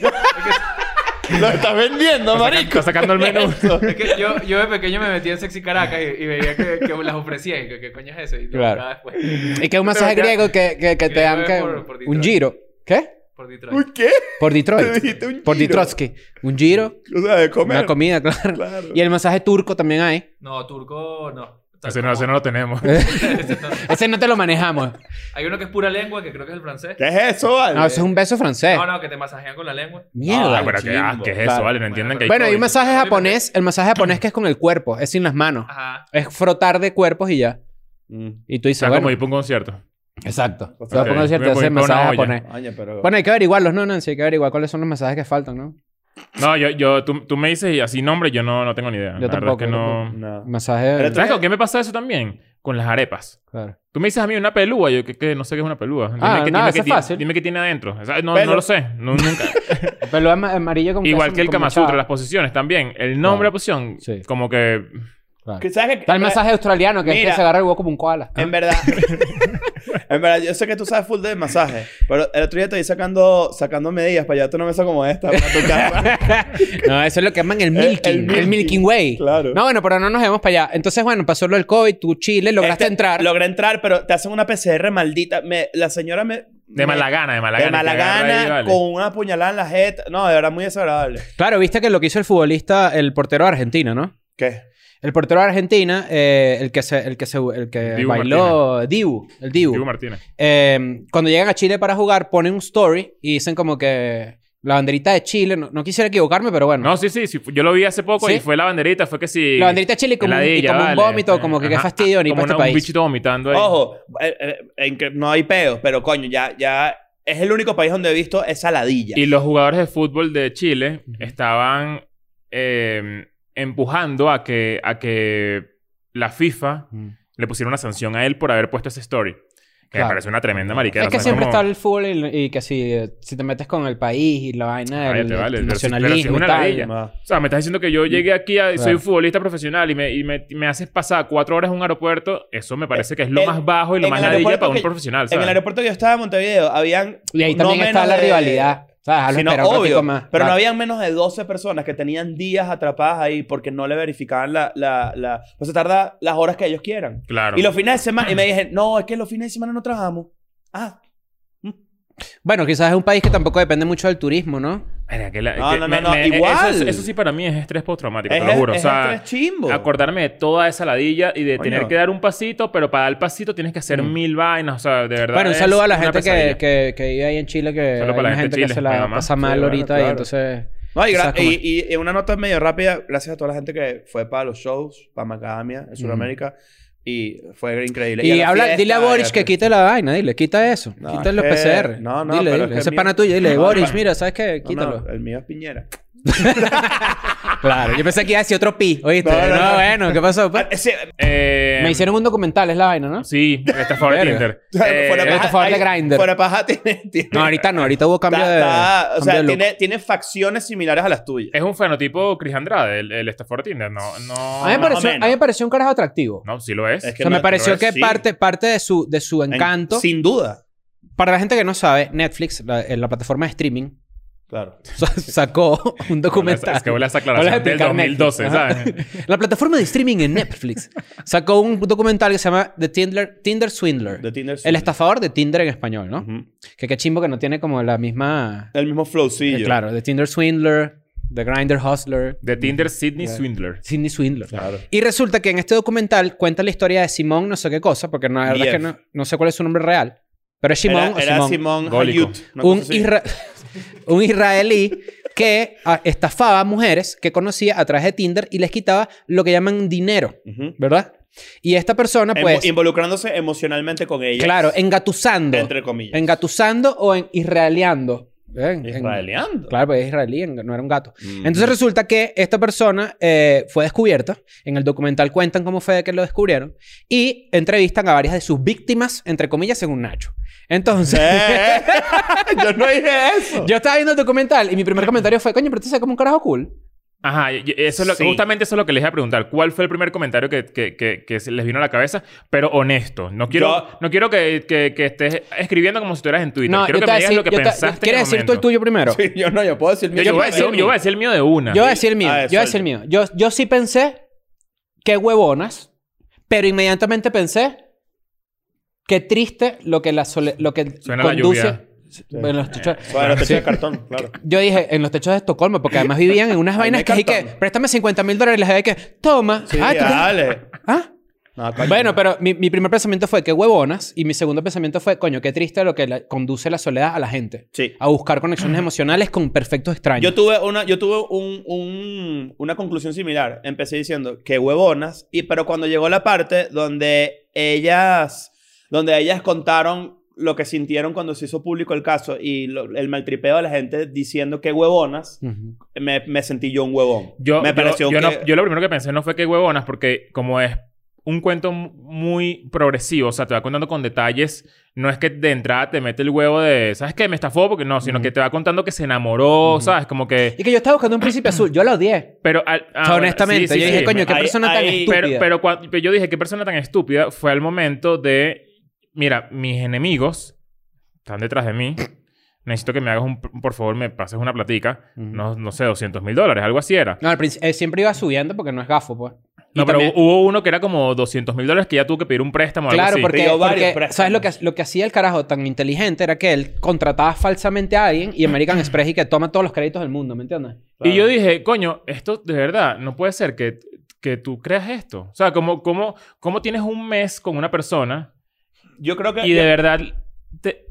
[SPEAKER 4] Lo estás vendiendo, marico.
[SPEAKER 2] Está sacando el menú.
[SPEAKER 5] Es que yo, yo de pequeño me metí en Sexy Caracas y, y veía que, que las ofrecían. y que, ¿Qué coño es eso? Y lo
[SPEAKER 3] Claro.
[SPEAKER 5] buscaba después.
[SPEAKER 3] Y que un masaje
[SPEAKER 5] Pero ya-
[SPEAKER 3] griego que, que, que te
[SPEAKER 5] Griego
[SPEAKER 3] dan
[SPEAKER 5] es
[SPEAKER 3] que-
[SPEAKER 5] por- por Detroit.
[SPEAKER 3] un giro. ¿Qué?
[SPEAKER 5] Por Detroit.
[SPEAKER 4] ¿Por qué?
[SPEAKER 3] Por
[SPEAKER 4] Te
[SPEAKER 3] Detroit.
[SPEAKER 4] dijiste un
[SPEAKER 3] por
[SPEAKER 4] giro.
[SPEAKER 3] Detroitsky. Un giro.
[SPEAKER 4] O sea, de comer.
[SPEAKER 3] Una comida, claro.
[SPEAKER 4] Claro.
[SPEAKER 3] Y el masaje turco también hay.
[SPEAKER 5] No, turco no.
[SPEAKER 2] Ese no, ese no lo tenemos.
[SPEAKER 5] Ese no.
[SPEAKER 3] Ese no te lo manejamos.
[SPEAKER 5] Hay uno que es pura lengua, que creo que es el francés.
[SPEAKER 4] ¿Qué es eso, vale?
[SPEAKER 3] No, eso es un beso francés.
[SPEAKER 5] No, no, que te masajean con la lengua.
[SPEAKER 3] Mierda.
[SPEAKER 2] Ah, pero que- ah, ¿qué es eso,
[SPEAKER 4] Claro.
[SPEAKER 2] vale? No entienden que hay
[SPEAKER 3] bueno, hay un
[SPEAKER 2] COVID.
[SPEAKER 3] masaje
[SPEAKER 5] Obviamente.
[SPEAKER 3] japonés. El masaje japonés que es con el cuerpo, es sin las manos.
[SPEAKER 5] Ajá.
[SPEAKER 3] Es frotar de cuerpos y ya.
[SPEAKER 4] Mm.
[SPEAKER 3] Y tú dices,
[SPEAKER 2] Está como
[SPEAKER 3] bueno,
[SPEAKER 2] ir para un concierto.
[SPEAKER 3] exacto.
[SPEAKER 4] Ok.
[SPEAKER 3] Te voy a poner cierto,
[SPEAKER 2] Voy a
[SPEAKER 3] ese
[SPEAKER 2] poner una
[SPEAKER 3] masaje
[SPEAKER 2] olla.
[SPEAKER 3] japonés.
[SPEAKER 4] Coño, pero...
[SPEAKER 3] Bueno, hay que averiguarlos, ¿no, Nancy? Hay que averiguar cuáles son los masajes que faltan, ¿no?
[SPEAKER 2] No, yo, yo, tú, tú me dices y así nombre, yo no, no tengo ni idea.
[SPEAKER 3] Yo
[SPEAKER 2] la
[SPEAKER 3] tampoco,
[SPEAKER 2] Verdad es que
[SPEAKER 3] yo
[SPEAKER 2] no...
[SPEAKER 4] No.
[SPEAKER 3] Masaje...
[SPEAKER 4] Pero tú-
[SPEAKER 2] ¿Sabes con qué me pasa eso también? Con las arepas.
[SPEAKER 3] Claro.
[SPEAKER 2] Tú me dices a mí una pelúa, yo que, que no sé qué es una pelúa. Dime
[SPEAKER 3] Ah,
[SPEAKER 2] qué- dime
[SPEAKER 3] nada,
[SPEAKER 2] qué
[SPEAKER 3] eso es
[SPEAKER 2] tiene-
[SPEAKER 3] fácil.
[SPEAKER 2] Dime qué tiene adentro. O sea, no,
[SPEAKER 4] Pelo.
[SPEAKER 2] no lo sé. No, nunca.
[SPEAKER 3] Pero es ama- amarillo como...
[SPEAKER 2] Igual
[SPEAKER 3] hace-
[SPEAKER 2] que el
[SPEAKER 3] como
[SPEAKER 2] Kama Sutra,
[SPEAKER 3] chava.
[SPEAKER 2] las posiciones también. El nombre de la posición,
[SPEAKER 3] Sí.
[SPEAKER 2] como que.
[SPEAKER 3] Claro.
[SPEAKER 4] Que ¿Sabes qué?
[SPEAKER 3] Está el masaje australiano que es
[SPEAKER 4] Mira.
[SPEAKER 3] que se agarra el huevo como un koala.
[SPEAKER 4] En verdad... En verdad, yo sé que tú sabes full de masaje, pero el otro día te vi sacando, sacando medidas para llevarte una mesa como esta para tu casa.
[SPEAKER 3] No, eso es lo que llaman el
[SPEAKER 4] el
[SPEAKER 3] milking. El,
[SPEAKER 4] milking,
[SPEAKER 3] milking way.
[SPEAKER 4] claro.
[SPEAKER 3] No, bueno, pero no nos vemos para allá. Entonces, bueno, pasó lo del COVID, tú Chile, lograste
[SPEAKER 4] Este,
[SPEAKER 3] entrar.
[SPEAKER 4] Logré entrar, pero te hacen una PCR maldita. Me- la señora me...
[SPEAKER 2] De mala gana, de mala
[SPEAKER 4] De
[SPEAKER 2] gana.
[SPEAKER 4] mala
[SPEAKER 2] que agarra ahí,
[SPEAKER 4] gana,
[SPEAKER 2] vale.
[SPEAKER 4] con una puñalada en la jeta. No, de verdad, muy desagradable.
[SPEAKER 3] Claro, viste que lo que hizo el futbolista, el portero argentino, ¿no?
[SPEAKER 4] ¿Qué?
[SPEAKER 3] El portero de Argentina, eh, el que se, el que se, el que
[SPEAKER 2] Dibu
[SPEAKER 3] bailó, Dibu, el Dibu.
[SPEAKER 2] Diego Martínez.
[SPEAKER 3] Eh, cuando llegan a Chile para jugar, ponen un story y dicen como que la banderita de Chile, no, no quisiera equivocarme, pero bueno.
[SPEAKER 2] No, sí, sí, sí. Yo lo vi hace poco
[SPEAKER 3] ¿Sí?
[SPEAKER 2] y fue la banderita, fue que sí.
[SPEAKER 3] La banderita de Chile y como, un- y
[SPEAKER 2] heladilla,
[SPEAKER 3] como un
[SPEAKER 2] vale.
[SPEAKER 3] vómito, como que qué
[SPEAKER 2] Ajá, Ah,
[SPEAKER 3] fastidio, ni
[SPEAKER 2] como
[SPEAKER 3] para este
[SPEAKER 2] una-
[SPEAKER 3] país.
[SPEAKER 2] un bichito vomitando ahí.
[SPEAKER 4] Ojo, eh, eh, en que no hay peos, pero coño, ya, ya es el único país donde he visto esa ladilla.
[SPEAKER 2] Y los jugadores de fútbol de Chile estaban eh, empujando a que, a que la FIFA
[SPEAKER 3] Mm.
[SPEAKER 2] le pusiera una sanción a él por haber puesto ese story. Que
[SPEAKER 3] Claro.
[SPEAKER 2] me parece una tremenda mariquera.
[SPEAKER 3] Es que
[SPEAKER 2] o sea,
[SPEAKER 3] siempre
[SPEAKER 2] como-
[SPEAKER 3] está el fútbol y, y que si, eh, si te metes con el país y la vaina
[SPEAKER 2] Ay,
[SPEAKER 3] del
[SPEAKER 2] te vale,
[SPEAKER 3] del
[SPEAKER 2] pero si- pero si es
[SPEAKER 3] nacionalismo
[SPEAKER 2] una
[SPEAKER 3] y
[SPEAKER 2] ladilla.
[SPEAKER 3] tal.
[SPEAKER 4] Ah.
[SPEAKER 2] O sea, me estás diciendo que yo llegué aquí, a- soy
[SPEAKER 3] Claro.
[SPEAKER 2] futbolista profesional y, me, y me, me haces pasar cuatro horas en un aeropuerto. Eso me parece que es lo
[SPEAKER 4] En-
[SPEAKER 2] más bajo y lo
[SPEAKER 4] Eh, en
[SPEAKER 2] más
[SPEAKER 4] el
[SPEAKER 2] ladilla
[SPEAKER 4] aeropuerto
[SPEAKER 2] para un
[SPEAKER 4] que-
[SPEAKER 2] profesional.
[SPEAKER 4] En
[SPEAKER 2] ¿sabes?
[SPEAKER 4] el aeropuerto que yo estaba en Montevideo, habían.
[SPEAKER 3] Y ahí
[SPEAKER 4] no
[SPEAKER 3] también está
[SPEAKER 4] menos
[SPEAKER 3] la
[SPEAKER 4] de-
[SPEAKER 3] rivalidad. O sea, déjalo
[SPEAKER 4] Sí, no,
[SPEAKER 3] esperar un
[SPEAKER 4] obvio,
[SPEAKER 3] ratico más.
[SPEAKER 4] Pero no
[SPEAKER 3] Claro.
[SPEAKER 4] habían menos de 12 personas que tenían días atrapadas ahí porque no le verificaban la... la, la o sea, tarda las horas que ellos quieran.
[SPEAKER 2] Claro.
[SPEAKER 4] Y los fines de semana... Y me dije, no, es que los fines de semana no trabajamos. Ah.
[SPEAKER 3] Bueno, quizás es un país que tampoco depende mucho del turismo, ¿no?
[SPEAKER 2] Mira, que la-
[SPEAKER 4] No,
[SPEAKER 2] que
[SPEAKER 4] no, no, no,
[SPEAKER 2] eso
[SPEAKER 4] igual.
[SPEAKER 2] es- Eso, sí para mí es estrés postraumático, te
[SPEAKER 4] es-
[SPEAKER 2] lo juro.
[SPEAKER 4] es
[SPEAKER 2] o sea,
[SPEAKER 4] estrés chimbo.
[SPEAKER 2] acordarme de toda esa ladilla y de
[SPEAKER 4] Coño.
[SPEAKER 2] tener que dar un pasito, pero para dar el pasito tienes que hacer mil vainas. O sea, de verdad.
[SPEAKER 3] Mm. Bueno, un
[SPEAKER 2] es
[SPEAKER 3] saludo a la
[SPEAKER 2] una
[SPEAKER 3] gente que,
[SPEAKER 2] pesadilla.
[SPEAKER 3] que, que vive ahí en Chile, que
[SPEAKER 2] Saludo
[SPEAKER 3] hay
[SPEAKER 2] para la
[SPEAKER 3] una
[SPEAKER 2] gente
[SPEAKER 3] gente,
[SPEAKER 2] de
[SPEAKER 3] que
[SPEAKER 2] Chile,
[SPEAKER 3] se
[SPEAKER 2] mi
[SPEAKER 3] la
[SPEAKER 2] mamá.
[SPEAKER 3] pasa
[SPEAKER 4] Sí,
[SPEAKER 3] mal
[SPEAKER 4] bueno,
[SPEAKER 3] ahorita y
[SPEAKER 4] claro.
[SPEAKER 3] entonces...
[SPEAKER 4] No, y, gra-
[SPEAKER 3] ¿Sabes cómo
[SPEAKER 4] y- y- y una nota medio rápida, gracias a toda la gente que fue para los shows, para Macadamia, en Sudamérica, y fue increíble.
[SPEAKER 3] Y
[SPEAKER 4] la
[SPEAKER 3] habla,
[SPEAKER 4] fiesta,
[SPEAKER 3] dile a
[SPEAKER 4] y
[SPEAKER 3] Boric
[SPEAKER 4] la
[SPEAKER 3] que
[SPEAKER 4] fiesta.
[SPEAKER 3] quite la vaina, dile, quita eso.
[SPEAKER 4] No,
[SPEAKER 3] quita
[SPEAKER 4] es
[SPEAKER 3] los
[SPEAKER 4] que-
[SPEAKER 3] PCR.
[SPEAKER 4] no, no,
[SPEAKER 3] dile,
[SPEAKER 4] pero
[SPEAKER 3] dile.
[SPEAKER 4] es que
[SPEAKER 3] Ese
[SPEAKER 4] el
[SPEAKER 3] pana
[SPEAKER 4] mío-
[SPEAKER 3] tuyo, dile,
[SPEAKER 4] No,
[SPEAKER 3] Boric,
[SPEAKER 4] no.
[SPEAKER 3] mira, ¿sabes qué?
[SPEAKER 4] No, no,
[SPEAKER 3] Quítalo.
[SPEAKER 4] el mío es Piñera.
[SPEAKER 3] Claro, yo pensé que iba a decir otro pi, ¿oíste?
[SPEAKER 4] No,
[SPEAKER 3] No,
[SPEAKER 4] no, no.
[SPEAKER 3] bueno, ¿qué pasó? pues?
[SPEAKER 4] Ah, ese-
[SPEAKER 2] Eh,
[SPEAKER 3] Me hicieron un documental, es la vaina, ¿no?
[SPEAKER 2] Sí, esta favor de
[SPEAKER 3] Verga.
[SPEAKER 2] Tinder. Eh,
[SPEAKER 4] fuera
[SPEAKER 3] esto fue de
[SPEAKER 4] ay,
[SPEAKER 3] Grindr.
[SPEAKER 4] Fuera paja tiene... tiene-
[SPEAKER 3] No, ahorita no, ahorita hubo cambio
[SPEAKER 4] Eh, Está-
[SPEAKER 3] de.
[SPEAKER 4] está- o
[SPEAKER 3] cambio
[SPEAKER 4] sea,
[SPEAKER 3] de look.
[SPEAKER 4] tiene, tiene facciones similares a las tuyas.
[SPEAKER 2] Es un fenotipo Chris Andrade, el, el Stafford Tinder. No, no.
[SPEAKER 3] A mí,
[SPEAKER 4] más
[SPEAKER 3] me
[SPEAKER 4] o
[SPEAKER 3] pareció, a mí
[SPEAKER 4] menos.
[SPEAKER 3] me pareció un carajo atractivo.
[SPEAKER 2] No, sí lo es.
[SPEAKER 4] Es
[SPEAKER 3] o sea, me
[SPEAKER 4] no-
[SPEAKER 3] pareció
[SPEAKER 4] no es-
[SPEAKER 3] que
[SPEAKER 4] sí.
[SPEAKER 3] parte, parte de, su, de su
[SPEAKER 4] En-
[SPEAKER 3] encanto.
[SPEAKER 4] sin duda.
[SPEAKER 3] Para la gente que no sabe, Netflix, la, en la plataforma de streaming,
[SPEAKER 4] Claro.
[SPEAKER 3] sa- sacó un documental.
[SPEAKER 2] Es que huele a esa
[SPEAKER 3] Hola,
[SPEAKER 2] aclaración del
[SPEAKER 3] explicar
[SPEAKER 2] 2012,
[SPEAKER 3] Netflix. Ajá.
[SPEAKER 2] ¿sabes?
[SPEAKER 3] La plataforma de streaming en Netflix sacó un documental que se llama The Tinder, Tinder Swindler.
[SPEAKER 4] De Tinder. sí.
[SPEAKER 3] el estafador de Tinder en español, ¿no?
[SPEAKER 4] Ujú.
[SPEAKER 3] Que qué chimbo que no tiene como la misma...
[SPEAKER 4] El mismo flowcillo.
[SPEAKER 3] Eh, claro, The Tinder Swindler, The Grinder Hustler,
[SPEAKER 2] De Tinder Sydney
[SPEAKER 3] Claro.
[SPEAKER 2] Swindler.
[SPEAKER 3] Sydney Swindler.
[SPEAKER 4] Claro.
[SPEAKER 3] Y resulta que en este documental cuenta la historia de Simón no sé qué cosa, porque no, la verdad es que
[SPEAKER 4] Diez.
[SPEAKER 3] no, no sé cuál es su nombre real. Pero es Simón
[SPEAKER 4] Era,
[SPEAKER 3] o
[SPEAKER 4] era
[SPEAKER 3] Simón.
[SPEAKER 4] Simón
[SPEAKER 2] Gólico.
[SPEAKER 4] Hayut, una
[SPEAKER 3] un,
[SPEAKER 4] cosa así.
[SPEAKER 3] isra- un israelí que ah, estafaba a mujeres que conocía a través de Tinder y les quitaba lo que llaman dinero,
[SPEAKER 4] Ujú.
[SPEAKER 3] ¿verdad? Y esta persona,
[SPEAKER 4] Emo-
[SPEAKER 3] pues,
[SPEAKER 4] involucrándose emocionalmente con ella.
[SPEAKER 3] claro, engatusando.
[SPEAKER 4] Entre comillas.
[SPEAKER 3] Engatusando o en israeleando. ¿eh? En-
[SPEAKER 4] Israeleando.
[SPEAKER 3] Claro, porque es israelí, en- no era un gato.
[SPEAKER 4] Mm.
[SPEAKER 3] Entonces resulta que esta persona eh, fue descubierta. En el documental cuentan cómo fue que lo descubrieron. Y entrevistan a varias de sus víctimas, entre comillas, según Nacho. Entonces,
[SPEAKER 4] Eh, Yo no dije eso.
[SPEAKER 3] yo estaba viendo el documental y mi primer comentario fue, coño, pero tú sabes como un carajo cool.
[SPEAKER 2] Ajá, y- y eso es lo,
[SPEAKER 4] Sí.
[SPEAKER 2] justamente eso es lo que les iba a preguntar. ¿Cuál fue el primer comentario que, que, que, que se les vino a la cabeza? Pero honesto. No quiero,
[SPEAKER 4] Yo-
[SPEAKER 2] no quiero que, que, que estés escribiendo como si estuvieras en Twitter.
[SPEAKER 3] No,
[SPEAKER 2] quiero
[SPEAKER 3] yo
[SPEAKER 2] que
[SPEAKER 3] te
[SPEAKER 2] me
[SPEAKER 3] voy a
[SPEAKER 2] digas
[SPEAKER 3] decir-
[SPEAKER 2] lo que
[SPEAKER 3] yo te-
[SPEAKER 2] pensaste.
[SPEAKER 3] ¿Quieres
[SPEAKER 2] en el
[SPEAKER 3] decir tú el
[SPEAKER 2] momento.
[SPEAKER 3] tuyo primero?
[SPEAKER 4] Sí, yo no, yo puedo decir
[SPEAKER 2] Yo,
[SPEAKER 4] mi
[SPEAKER 2] yo voy a decir, yo voy a decir el mío de una.
[SPEAKER 3] Yo voy a decir el mío.
[SPEAKER 4] A
[SPEAKER 2] Ah,
[SPEAKER 4] ver,
[SPEAKER 3] yo voy a decir el mío.
[SPEAKER 4] suelta.
[SPEAKER 3] Yo, yo sí pensé, qué huevonas, pero inmediatamente pensé, qué triste lo que, la sole- lo que
[SPEAKER 2] Suena la
[SPEAKER 3] conduce.
[SPEAKER 2] lluvia.
[SPEAKER 3] en los techos-
[SPEAKER 4] Bueno, te eché
[SPEAKER 3] Sí.
[SPEAKER 4] de cartón, claro.
[SPEAKER 3] Yo dije, en los techos de Estocolmo, porque además vivían en unas
[SPEAKER 4] Ahí no
[SPEAKER 3] vainas
[SPEAKER 4] hay
[SPEAKER 3] que dije que,
[SPEAKER 4] cartón.
[SPEAKER 3] préstame 50 mil dólares y les dije que, toma.
[SPEAKER 4] Sí,
[SPEAKER 3] Ah, ¿tú qué-
[SPEAKER 4] dale.
[SPEAKER 3] ah.
[SPEAKER 4] No, coño.
[SPEAKER 3] Bueno, pero mi, mi primer pensamiento fue, qué huevonas, y mi segundo pensamiento fue, coño, qué triste lo que la- conduce la soledad a la gente.
[SPEAKER 4] Sí.
[SPEAKER 3] A buscar conexiones emocionales con perfectos extraños.
[SPEAKER 4] Yo tuve, una, yo tuve un, un- una conclusión similar. Empecé diciendo que huevonas, y, pero cuando llegó la parte donde ellas, donde ellas contaron lo que sintieron cuando se hizo público el caso y lo- el maltripeo de la gente diciendo que huevonas,
[SPEAKER 3] Ujú.
[SPEAKER 4] me, me sentí yo un huevón.
[SPEAKER 2] Yo,
[SPEAKER 4] me
[SPEAKER 2] yo- yo
[SPEAKER 4] que-
[SPEAKER 2] no- yo lo primero que pensé no fue que huevonas, porque como es un cuento mu- muy progresivo, o sea, te va contando con detalles. No es que de entrada te mete el huevo de, ¿sabes qué? Me estafó porque no, sino que te va contando que se enamoró, ¿sabes? Como que.
[SPEAKER 3] Y que yo estaba buscando un príncipe azul. Yo lo odié.
[SPEAKER 2] Pero. al- ah,
[SPEAKER 3] O sea,
[SPEAKER 2] bueno,
[SPEAKER 3] honestamente.
[SPEAKER 2] sí, sí,
[SPEAKER 3] yo
[SPEAKER 2] sí,
[SPEAKER 3] dije, coño,
[SPEAKER 2] me-
[SPEAKER 3] qué
[SPEAKER 4] ahí-
[SPEAKER 3] persona tan
[SPEAKER 4] ahí-
[SPEAKER 3] estúpida.
[SPEAKER 2] Pero, pero cuando- pero yo dije, qué persona tan estúpida fue al momento de, mira, mis enemigos están detrás de mí. Necesito que me hagas un, por favor, me pases una platica.
[SPEAKER 3] Ujú.
[SPEAKER 2] no, no sé, 200 mil dólares, algo así era.
[SPEAKER 3] No, al principio- eh, siempre iba subiendo porque no es gafo, pues. Y
[SPEAKER 2] No, pero
[SPEAKER 3] también-
[SPEAKER 2] hu- hubo uno que era como 200 mil dólares que ya tuvo que pedir un préstamo o algo
[SPEAKER 3] Claro,
[SPEAKER 2] así.
[SPEAKER 3] porque,
[SPEAKER 4] Pidió varios
[SPEAKER 3] porque,
[SPEAKER 4] préstamos.
[SPEAKER 3] ¿sabes lo que, lo que hacía el carajo tan inteligente? Era que él contrataba falsamente a alguien y American Express y que toma todos los créditos del mundo, ¿me entiendes?
[SPEAKER 2] Y yo dije, coño, esto de verdad, no puede ser que, que tú creas esto. O sea, como, como, como tienes un mes con una persona
[SPEAKER 4] Yo creo que...
[SPEAKER 2] y de verdad te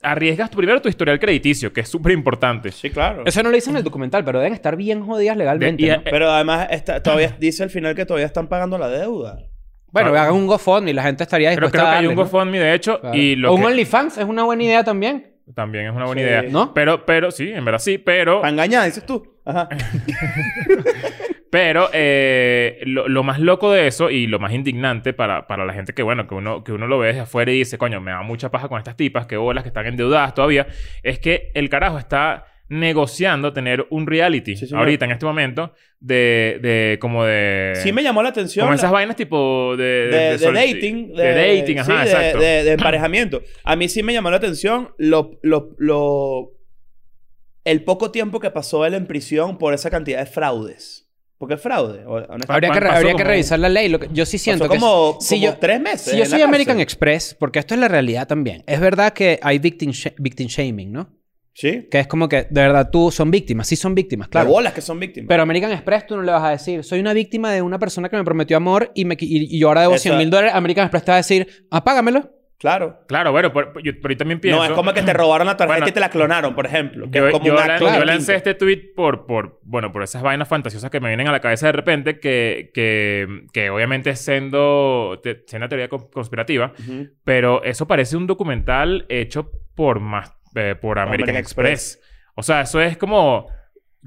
[SPEAKER 2] arriesgas primero tu historial crediticio, que es súper importante.
[SPEAKER 4] Sí, claro.
[SPEAKER 3] Eso no lo dicen en el documental, pero deben estar bien jodidas legalmente.
[SPEAKER 2] y-
[SPEAKER 3] ¿no?
[SPEAKER 2] eh,
[SPEAKER 4] Pero además está- todavía dice al final que todavía están pagando la deuda.
[SPEAKER 3] Bueno,
[SPEAKER 2] claro.
[SPEAKER 3] hagan un GoFundMe y la gente estaría
[SPEAKER 2] Pero
[SPEAKER 3] dispuesta
[SPEAKER 2] creo que
[SPEAKER 3] a
[SPEAKER 2] hay
[SPEAKER 3] darle,
[SPEAKER 2] un
[SPEAKER 3] ¿no?
[SPEAKER 2] GoFundMe, de hecho,
[SPEAKER 3] Claro.
[SPEAKER 2] y lo
[SPEAKER 3] O un
[SPEAKER 2] que-
[SPEAKER 3] OnlyFans es una buena idea también.
[SPEAKER 2] también es una buena
[SPEAKER 4] Sí.
[SPEAKER 2] idea.
[SPEAKER 3] ¿No?
[SPEAKER 2] Pero, pero, sí, en verdad sí, pero,
[SPEAKER 4] Para engañar, dices tú. Ajá.
[SPEAKER 2] Pero eh, lo, lo más loco de eso y lo más indignante para, para la gente que, bueno, que uno, que uno lo ve desde afuera y dice, coño, me da mucha paja con estas tipas, que bolas, que están endeudadas todavía, es que el carajo está negociando tener un reality
[SPEAKER 4] Sí, señor.
[SPEAKER 2] ahorita en este momento de, de como de
[SPEAKER 4] Sí me llamó la atención.
[SPEAKER 2] como
[SPEAKER 4] la-
[SPEAKER 2] esas vainas tipo de
[SPEAKER 4] de, de
[SPEAKER 2] sol-
[SPEAKER 4] dating.
[SPEAKER 2] de, dating ajá
[SPEAKER 4] sí, de-
[SPEAKER 2] exacto
[SPEAKER 4] De, de emparejamiento. A mí sí me llamó la atención lo, lo, lo- el poco tiempo que pasó él en prisión por esa cantidad de fraudes. Porque es fraude, o- honestamente.
[SPEAKER 3] Habría que,
[SPEAKER 2] Pasó
[SPEAKER 3] habría que
[SPEAKER 2] como-
[SPEAKER 3] revisar la ley. Lo que- yo sí siento
[SPEAKER 4] Pasó
[SPEAKER 3] que...
[SPEAKER 4] como,
[SPEAKER 3] si
[SPEAKER 4] como
[SPEAKER 3] yo-
[SPEAKER 4] tres meses.
[SPEAKER 3] Si yo
[SPEAKER 4] en la
[SPEAKER 3] soy American
[SPEAKER 4] cárcel.
[SPEAKER 3] Express, porque esto es la realidad también. Es verdad que hay victim, sha- victim shaming, ¿no?
[SPEAKER 4] Sí.
[SPEAKER 3] Que es como que, de verdad, tú son víctimas. Sí son víctimas,
[SPEAKER 4] Claro.
[SPEAKER 3] claro.
[SPEAKER 4] bolas que son víctimas.
[SPEAKER 3] Pero American Express tú no le vas a decir, soy una víctima de una persona que me prometió amor y, me, qui- y, y yo ahora debo
[SPEAKER 4] Eso
[SPEAKER 3] 100 mil
[SPEAKER 4] es.
[SPEAKER 3] dólares. American Express te va a decir, apágamelo.
[SPEAKER 4] claro.
[SPEAKER 2] claro bueno pero, pero yo, pero yo también pienso
[SPEAKER 4] No, es como que te robaron la tarjeta
[SPEAKER 2] Bueno,
[SPEAKER 4] y te la clonaron, por ejemplo. Que
[SPEAKER 2] yo,
[SPEAKER 4] es como
[SPEAKER 2] yo
[SPEAKER 4] un
[SPEAKER 2] la-
[SPEAKER 4] acto
[SPEAKER 2] yo
[SPEAKER 4] distinto.
[SPEAKER 2] lancé este tweet por, por, bueno, por esas vainas fantasiosas que me vienen a la cabeza de repente, que, que, que obviamente es siendo, te- siendo una teoría cons- conspirativa,
[SPEAKER 4] Ujú.
[SPEAKER 2] pero eso parece un documental hecho por, más, eh, por American,
[SPEAKER 4] American
[SPEAKER 2] Express. O sea, eso es como...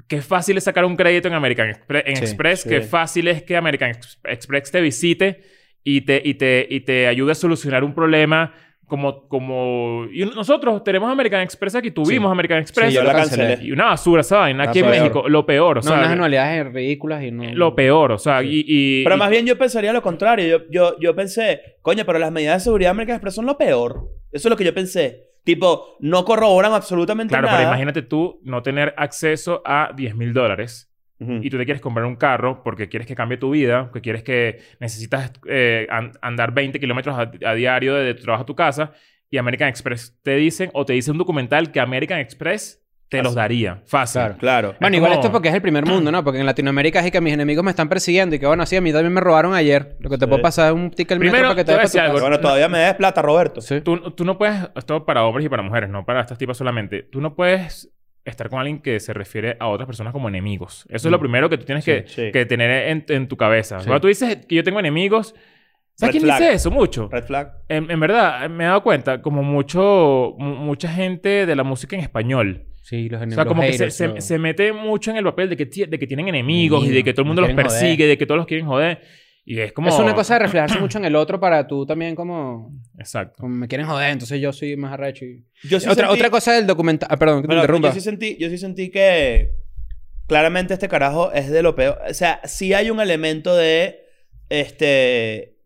[SPEAKER 2] Qué fácil es sacar un crédito en American Expre- en
[SPEAKER 3] Sí,
[SPEAKER 2] Express.
[SPEAKER 4] sí.
[SPEAKER 2] Qué fácil es que American Ex- Express te visite y te, y te, y te ayude a solucionar un problema como... como... Y nosotros tenemos American Express aquí. Tuvimos American Express.
[SPEAKER 4] yo la cancelé.
[SPEAKER 2] Y una basura esa vaina.
[SPEAKER 3] Una
[SPEAKER 2] Aquí en
[SPEAKER 3] peor.
[SPEAKER 2] México, lo peor. O
[SPEAKER 3] no,
[SPEAKER 2] sea,
[SPEAKER 3] unas anualidades ridículas y no...
[SPEAKER 2] lo peor. O sea, y... y-
[SPEAKER 4] Pero más
[SPEAKER 2] y-
[SPEAKER 4] bien yo pensaría lo contrario. Yo, yo, yo pensé, coño, pero las medidas de seguridad de American Express son lo peor. Eso es lo que yo pensé. Tipo, no corroboran absolutamente
[SPEAKER 2] Claro,
[SPEAKER 4] nada.
[SPEAKER 2] pero imagínate tú no tener acceso a 10 mil dólares.
[SPEAKER 4] Ujú.
[SPEAKER 2] y tú te quieres comprar un carro porque quieres que cambie tu vida, que quieres que necesitas eh, an- andar 20 kilómetros a, a diario de, tu trabajo a tu casa y American Express te dicen o te dice un documental que American Express te los
[SPEAKER 4] Fácil.
[SPEAKER 2] daría. Fácil.
[SPEAKER 3] Claro.
[SPEAKER 4] Claro.
[SPEAKER 3] Bueno,
[SPEAKER 2] Es
[SPEAKER 3] igual
[SPEAKER 2] como-
[SPEAKER 3] esto porque es el primer mundo, ¿no? Porque en Latinoamérica es que mis enemigos me están persiguiendo y que, bueno, sí, a mí también me robaron ayer. Lo que te
[SPEAKER 4] Sí.
[SPEAKER 3] puedo pasar es un ticket al metro
[SPEAKER 2] Primero,
[SPEAKER 3] para que
[SPEAKER 2] te voy a
[SPEAKER 3] vayas para tu
[SPEAKER 2] decir
[SPEAKER 3] casa.
[SPEAKER 2] algo.
[SPEAKER 4] Bueno, todavía me des plata, Roberto.
[SPEAKER 3] Sí.
[SPEAKER 2] Tú, tú no puedes, esto para hombres y para mujeres, no para estas tipas solamente. Tú no puedes estar con alguien que se refiere a otras personas como enemigos. Eso es lo
[SPEAKER 3] Mm.
[SPEAKER 2] primero que tú tienes que,
[SPEAKER 4] sí.
[SPEAKER 2] que tener en, en tu cabeza.
[SPEAKER 3] Sí.
[SPEAKER 2] Cuando tú dices que yo tengo enemigos, ¿sabes
[SPEAKER 4] Red
[SPEAKER 2] quién
[SPEAKER 4] flag.
[SPEAKER 2] dice eso mucho?
[SPEAKER 4] Red flag.
[SPEAKER 2] En, en verdad, eh, me he dado cuenta, como mucho, mu- mucha gente de la música en español.
[SPEAKER 3] Sí, los
[SPEAKER 2] O
[SPEAKER 3] enemigos
[SPEAKER 2] sea, como que se,
[SPEAKER 3] haters,
[SPEAKER 2] se-
[SPEAKER 3] ¿no?
[SPEAKER 2] se mete mucho en el papel de que, ti- de que tienen enemigos y de
[SPEAKER 3] Enemigos,
[SPEAKER 2] que todo el mundo
[SPEAKER 3] los
[SPEAKER 2] los
[SPEAKER 3] quieren
[SPEAKER 2] persigue,
[SPEAKER 3] joder.
[SPEAKER 2] de que todos los quieren joder. Y es como...
[SPEAKER 3] Es una cosa de reflejarse mucho en el otro para tú también como...
[SPEAKER 2] Exacto.
[SPEAKER 3] como me quieren joder, entonces yo soy más arrecho y...
[SPEAKER 4] Yo sí
[SPEAKER 3] otra,
[SPEAKER 4] sentí-
[SPEAKER 3] otra cosa del documental... Ah, perdón, que te
[SPEAKER 4] Bueno,
[SPEAKER 3] interrumpa.
[SPEAKER 4] yo sí sentí, yo sí sentí que claramente este carajo es de lo peor. O sea, sí hay un elemento de este.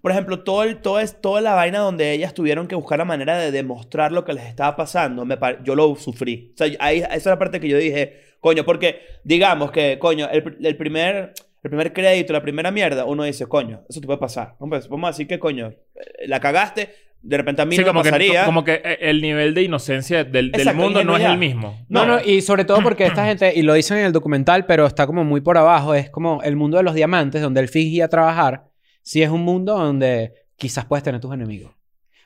[SPEAKER 4] Por ejemplo, todo el, todo es, toda la vaina donde ellas tuvieron que buscar la manera de demostrar lo que les estaba pasando, me pare- yo lo sufrí. O sea, ahí, esa es la parte que yo dije, coño, porque digamos que, coño, el, pr- el primer, el primer crédito, la primera mierda, uno dice, coño, eso te puede pasar. Vamos a- vamos a decir que, coño, eh, la cagaste, de repente a mí
[SPEAKER 2] Sí,
[SPEAKER 4] no me
[SPEAKER 2] como que,
[SPEAKER 4] pasaría.
[SPEAKER 2] como que eh, el nivel de inocencia del, del
[SPEAKER 4] Exacto,
[SPEAKER 2] mundo no es
[SPEAKER 4] ingenuidad.
[SPEAKER 2] el mismo.
[SPEAKER 3] No,
[SPEAKER 4] No.
[SPEAKER 3] no, y sobre todo porque esta gente, y lo dicen en el documental, pero está como muy por abajo, es como el mundo de los diamantes, donde él fingía trabajar, sí es un mundo donde quizás puedes tener tus enemigos.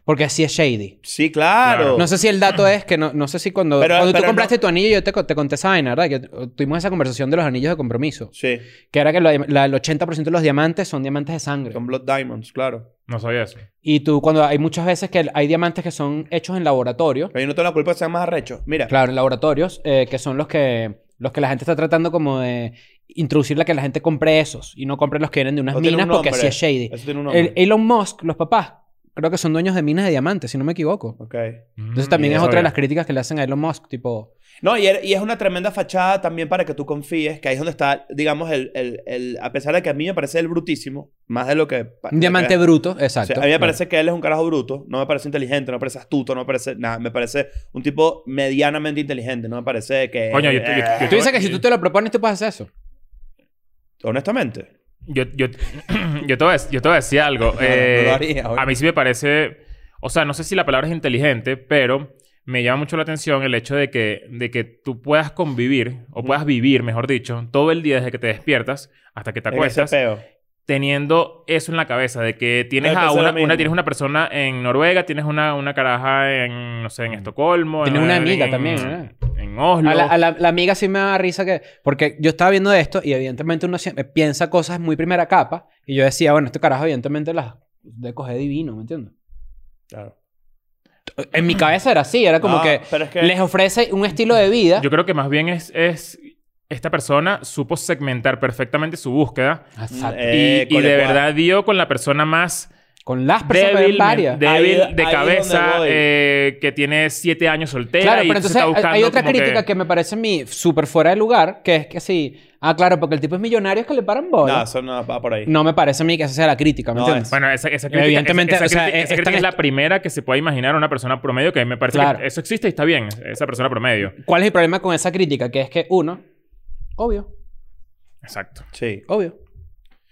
[SPEAKER 3] Porque así es shady.
[SPEAKER 4] Sí, claro.
[SPEAKER 2] Claro.
[SPEAKER 3] No sé si el dato es que no, no sé si cuando,
[SPEAKER 4] Pero-
[SPEAKER 3] cuando tú
[SPEAKER 4] pero
[SPEAKER 3] compraste tu anillo, yo te, co- te conté esa vaina, ¿verdad? Que eh, tuvimos esa conversación de los anillos de compromiso.
[SPEAKER 4] Sí.
[SPEAKER 3] Que era que lo- la- el 80% de los diamantes son diamantes de sangre.
[SPEAKER 4] Con Blood Diamonds, claro.
[SPEAKER 2] No sabía eso.
[SPEAKER 3] Y tú, cuando hay muchas veces que hay diamantes que son hechos en laboratorio,
[SPEAKER 4] Pero yo no tengo la culpa de ser más arrecho. Mira.
[SPEAKER 3] Claro, en laboratorios, eh, que son los que, los que la gente está tratando como de introducir la que la gente compre esos y no compre los que vienen de unas
[SPEAKER 4] Eso tiene
[SPEAKER 3] minas
[SPEAKER 4] un
[SPEAKER 3] porque así
[SPEAKER 4] nombre.
[SPEAKER 3] es shady.
[SPEAKER 4] Eso tiene un nombre.
[SPEAKER 3] El, Elon Musk, los papás, creo que son dueños de minas de diamantes, si no me equivoco.
[SPEAKER 4] Ok.
[SPEAKER 3] Entonces
[SPEAKER 2] Mm,
[SPEAKER 3] también
[SPEAKER 2] no
[SPEAKER 3] es otra
[SPEAKER 2] sabía.
[SPEAKER 3] de las críticas que le hacen a Elon Musk, tipo,
[SPEAKER 4] No, y, er- y es una tremenda fachada también para que tú confíes, que ahí es donde está, digamos, el, el, el- a pesar de que a mí me parece el brutísimo, más de lo que... pa-
[SPEAKER 3] un diamante
[SPEAKER 4] que-
[SPEAKER 3] bruto,
[SPEAKER 4] O sea,
[SPEAKER 3] exacto.
[SPEAKER 4] a mí me
[SPEAKER 3] claro.
[SPEAKER 4] parece que él es un carajo bruto, no me parece inteligente, no me parece astuto, no me parece nada, me parece un tipo medianamente inteligente, no me parece que... eh,
[SPEAKER 2] Coño, yo- yo- yo-
[SPEAKER 3] Tú dices que si tú te lo propones, tú puedes hacer eso.
[SPEAKER 4] Honestamente.
[SPEAKER 2] Yo, yo, yo, te voy a, yo te voy a decir algo. Eh,
[SPEAKER 4] no lo haría, obvio.
[SPEAKER 2] a mí sí me parece... O sea, no sé si la palabra es inteligente, pero me llama mucho la atención el hecho de que, de que tú puedas convivir, o
[SPEAKER 4] Ujú.
[SPEAKER 2] puedas vivir, mejor dicho, todo el día desde que te despiertas hasta que te
[SPEAKER 4] Es que ese
[SPEAKER 2] acuestas,
[SPEAKER 4] peo.
[SPEAKER 2] teniendo eso en la cabeza, de que tienes,
[SPEAKER 4] Yo
[SPEAKER 2] a
[SPEAKER 4] pensé lo
[SPEAKER 2] una,
[SPEAKER 4] mismo.
[SPEAKER 2] una- tienes una persona en Noruega, tienes una, una caraja en, no sé, en Estocolmo.
[SPEAKER 3] Mm. Tienes
[SPEAKER 2] en-
[SPEAKER 3] una amiga
[SPEAKER 2] en-
[SPEAKER 3] también, ¿eh?
[SPEAKER 2] En Oslo.
[SPEAKER 3] A la, a la- la amiga sí me da risa que... Porque yo estaba viendo esto y evidentemente uno siempre piensa cosas muy primera capa. Y yo decía, bueno, este carajo evidentemente las de coger divino, ¿me entiendes?
[SPEAKER 4] Claro.
[SPEAKER 3] En mi cabeza era así, era como
[SPEAKER 4] No,
[SPEAKER 3] que
[SPEAKER 4] pero es que-
[SPEAKER 3] les ofrece un estilo de vida.
[SPEAKER 2] Yo creo que más bien es, es esta persona supo segmentar perfectamente su búsqueda
[SPEAKER 3] Exacto.
[SPEAKER 2] y-
[SPEAKER 4] Eh,
[SPEAKER 2] y, de
[SPEAKER 4] colecua.
[SPEAKER 2] verdad dio con la persona más
[SPEAKER 3] Con las personas
[SPEAKER 2] débil,
[SPEAKER 3] varias.
[SPEAKER 2] débil
[SPEAKER 4] Ahí-
[SPEAKER 2] de
[SPEAKER 4] ahí es
[SPEAKER 2] cabeza,
[SPEAKER 4] donde voy.
[SPEAKER 2] eh, que tiene siete años soltera
[SPEAKER 3] Claro,
[SPEAKER 2] y
[SPEAKER 3] pero entonces
[SPEAKER 2] está
[SPEAKER 3] hay-
[SPEAKER 2] buscando
[SPEAKER 3] hay otra
[SPEAKER 2] como
[SPEAKER 3] crítica que... me parece a mí súper fuera de lugar, que es que sí, ah, claro, porque el tipo es millonario es que le paran bolas.
[SPEAKER 4] No,
[SPEAKER 3] No,
[SPEAKER 4] eso no va por ahí.
[SPEAKER 3] me parece a mí que esa sea la crítica,
[SPEAKER 4] Ah,
[SPEAKER 3] ¿me
[SPEAKER 4] No,
[SPEAKER 3] entiendes?
[SPEAKER 4] es-
[SPEAKER 2] Bueno, esa, esa crítica,
[SPEAKER 3] Evidentemente,
[SPEAKER 2] esa,
[SPEAKER 3] o sea,
[SPEAKER 2] crítica-
[SPEAKER 3] es-
[SPEAKER 2] esa
[SPEAKER 3] es
[SPEAKER 2] crítica
[SPEAKER 3] tan
[SPEAKER 2] es la
[SPEAKER 3] est-
[SPEAKER 2] primera que se puede imaginar a una persona promedio que me parece
[SPEAKER 3] Claro.
[SPEAKER 2] que eso existe y está bien, esa persona promedio.
[SPEAKER 3] ¿Cuál es el problema con esa crítica? Que es que, uno, obvio,
[SPEAKER 2] Exacto.
[SPEAKER 4] Sí.
[SPEAKER 3] obvio.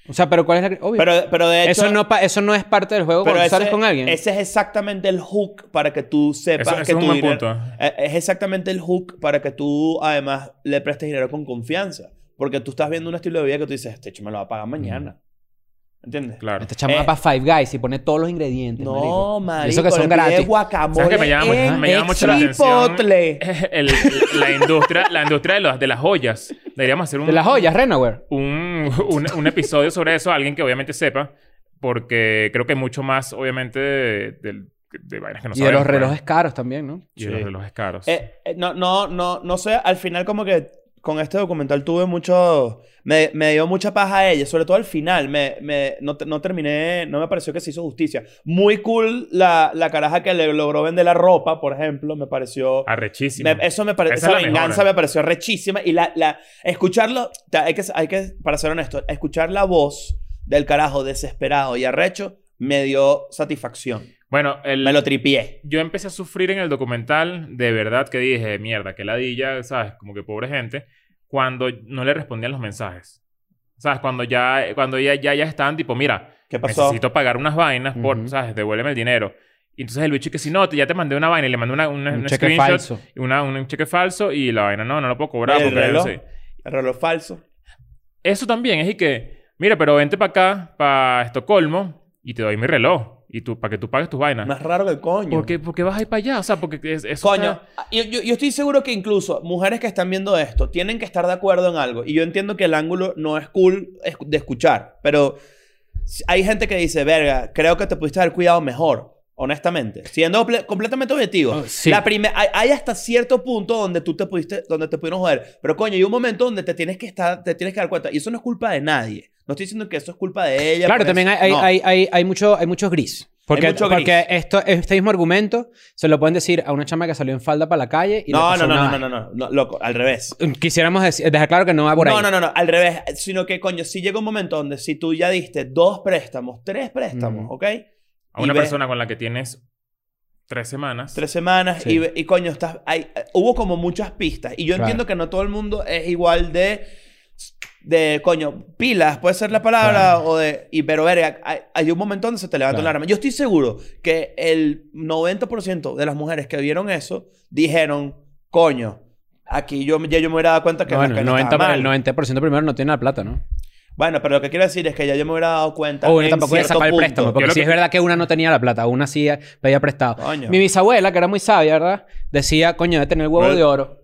[SPEAKER 3] O sea, pero ¿cuál es la crítica? Obvio.
[SPEAKER 4] Pero, pero de hecho...
[SPEAKER 3] eso, no pa- eso no es parte del juego
[SPEAKER 4] pero
[SPEAKER 3] cuando
[SPEAKER 4] ese,
[SPEAKER 3] tú sales con alguien.
[SPEAKER 4] ese es exactamente el hook para que tú sepas
[SPEAKER 2] Eso- eso
[SPEAKER 4] que
[SPEAKER 2] es un
[SPEAKER 4] tu
[SPEAKER 2] buen
[SPEAKER 4] dinero-
[SPEAKER 2] punto.
[SPEAKER 4] Eh, Es exactamente el hook para que tú, además, le prestes dinero con confianza. Porque tú estás viendo un estilo de vida que tú dices, este hecho me lo va a pagar mañana. ¿Entiendes?
[SPEAKER 2] Claro.
[SPEAKER 3] Esta chama va
[SPEAKER 4] Eh.
[SPEAKER 3] para Five Guys y pone todos los ingredientes.
[SPEAKER 4] No,
[SPEAKER 3] marico.
[SPEAKER 4] marico.
[SPEAKER 3] Y Eso que son
[SPEAKER 4] le pide
[SPEAKER 3] gratis.
[SPEAKER 4] guacamole
[SPEAKER 2] ¿Sabes que me llama, mucho-
[SPEAKER 4] en
[SPEAKER 2] me llama mucho la atención?
[SPEAKER 4] chipotle.
[SPEAKER 2] El- la industria, la industria de, los, de las joyas. Deberíamos hacer un,
[SPEAKER 3] De las joyas, Renaware.
[SPEAKER 2] un, un, un episodio sobre eso. Alguien que obviamente sepa. Porque creo que hay mucho más, obviamente, de, de- de vainas que no
[SPEAKER 3] y de los
[SPEAKER 2] sabemos, pues.
[SPEAKER 3] relojes caros también, ¿no?
[SPEAKER 2] Y de
[SPEAKER 4] Sí.
[SPEAKER 2] los relojes caros.
[SPEAKER 4] Eh, eh, no, no, no, no sé. Al final como que con este documental tuve mucho... Me, me dio mucha paja a ella. Sobre todo al final. Me, me- no, te- no terminé... No me pareció que se hizo justicia. Muy cool la, la caraja que le logró vender la ropa, por ejemplo. Me pareció...
[SPEAKER 2] Arrechísimo.
[SPEAKER 4] Me- eso me parece
[SPEAKER 2] Esa
[SPEAKER 4] esa,
[SPEAKER 2] es la
[SPEAKER 4] venganza
[SPEAKER 2] mejor.
[SPEAKER 4] me pareció rechísima y la, la escucharlo ta- hay que hay que para ser honesto escuchar la voz del carajo desesperado y arrecho me dio satisfacción
[SPEAKER 2] bueno, el,
[SPEAKER 4] me lo tripié
[SPEAKER 2] yo empecé a sufrir en el documental, de verdad que dije, mierda, que ladilla, ¿sabes? Como que pobre gente, cuando no le respondían los mensajes. ¿Sabes? Cuando ya, cuando ya, ya, ya estaban tipo, mira,
[SPEAKER 4] qué pasó
[SPEAKER 2] necesito pagar unas vainas por,
[SPEAKER 3] Ujú.
[SPEAKER 2] ¿sabes? Devuélveme el dinero. Y entonces el bicho que si no, te- ya te mandé una vaina y le mandé una, una-
[SPEAKER 3] un
[SPEAKER 2] una
[SPEAKER 3] cheque
[SPEAKER 2] screenshot,
[SPEAKER 3] falso.
[SPEAKER 2] Una, un cheque falso y la vaina, no, no lo puedo cobrar.
[SPEAKER 4] ¿Y el
[SPEAKER 2] porque,
[SPEAKER 4] reloj?
[SPEAKER 2] sí.
[SPEAKER 4] el reloj falso
[SPEAKER 2] Eso también es y que, mira, pero vente para acá, para Estocolmo, y te doy mi reloj. Y tú, para que tú pagues tus vainas.
[SPEAKER 4] más raro que el coño
[SPEAKER 2] ¿Por qué, por qué vas a ir para allá? O sea, porque es, eso
[SPEAKER 4] Coño, ah,
[SPEAKER 2] está-
[SPEAKER 4] yo, yo- yo estoy seguro que incluso mujeres que están viendo esto tienen que estar de acuerdo en algo. Y yo entiendo que el ángulo no es cool es- de escuchar, pero si- hay gente que dice, verga, creo que te pudiste haber cuidado mejor, honestamente. Siendo ple- completamente objetivo.
[SPEAKER 3] Oh, sí.
[SPEAKER 4] La prime- hay, hay hasta cierto punto donde tú te pudiste, donde te pudieron joder. Pero coño, hay un momento donde te tienes que estar, te tienes que dar cuenta. Y eso no es culpa de nadie. No estoy diciendo que eso es culpa de ella.
[SPEAKER 3] Claro,
[SPEAKER 4] por
[SPEAKER 3] también hay,
[SPEAKER 4] eso.
[SPEAKER 3] hay,
[SPEAKER 4] No.
[SPEAKER 3] hay, hay, hay mucho, hay mucho gris. Porque,
[SPEAKER 4] mucho gris.
[SPEAKER 3] porque esto, este mismo argumento se lo pueden decir a una chama que salió en falda para la calle y
[SPEAKER 4] No,
[SPEAKER 3] le pasó
[SPEAKER 4] no, no,
[SPEAKER 3] nada.
[SPEAKER 4] no, no, no, no, loco, al revés.
[SPEAKER 3] Quisiéramos deci- dejar claro que no va por ahí.
[SPEAKER 4] No, no, no, no, al revés. Sino que, coño, si llega un momento donde si tú ya diste dos préstamos, tres préstamos,
[SPEAKER 3] Mm.
[SPEAKER 4] ¿ok?
[SPEAKER 2] a una
[SPEAKER 4] y ves-
[SPEAKER 2] persona con la que tienes tres semanas.
[SPEAKER 4] Tres semanas
[SPEAKER 3] Sí.
[SPEAKER 4] y, ve- y, coño, estás, hay- eh, hubo como muchas pistas. Y yo
[SPEAKER 3] Claro.
[SPEAKER 4] entiendo que no todo el mundo es igual de, de coño, pilas, puede ser la palabra,
[SPEAKER 3] Claro.
[SPEAKER 4] o de... Y, pero, verga, hay, hay un momento donde se te levanta
[SPEAKER 3] Claro.
[SPEAKER 4] una alarma. Yo estoy seguro que el 90% de las mujeres que vieron eso dijeron, coño, aquí yo, ya yo me hubiera dado cuenta que
[SPEAKER 3] No, bueno,
[SPEAKER 4] que
[SPEAKER 3] el
[SPEAKER 4] no estaba
[SPEAKER 3] 90%,
[SPEAKER 4] mal".
[SPEAKER 3] el 90% primero no tiene la plata, ¿no?
[SPEAKER 4] Bueno, pero lo que quiero decir es que ya yo me hubiera dado cuenta.
[SPEAKER 3] O uno
[SPEAKER 4] en
[SPEAKER 3] Oh, tampoco iba a
[SPEAKER 4] cierto
[SPEAKER 3] sacar el
[SPEAKER 4] punto.
[SPEAKER 3] préstamo. Porque
[SPEAKER 2] Yo lo
[SPEAKER 3] si
[SPEAKER 2] que-
[SPEAKER 3] es verdad que una no tenía la plata, una sí pedía prestado.
[SPEAKER 4] Coño.
[SPEAKER 3] Mi bisabuela, que era muy sabia, ¿verdad? Decía, coño, de tener el huevo
[SPEAKER 2] Pero-
[SPEAKER 3] de oro.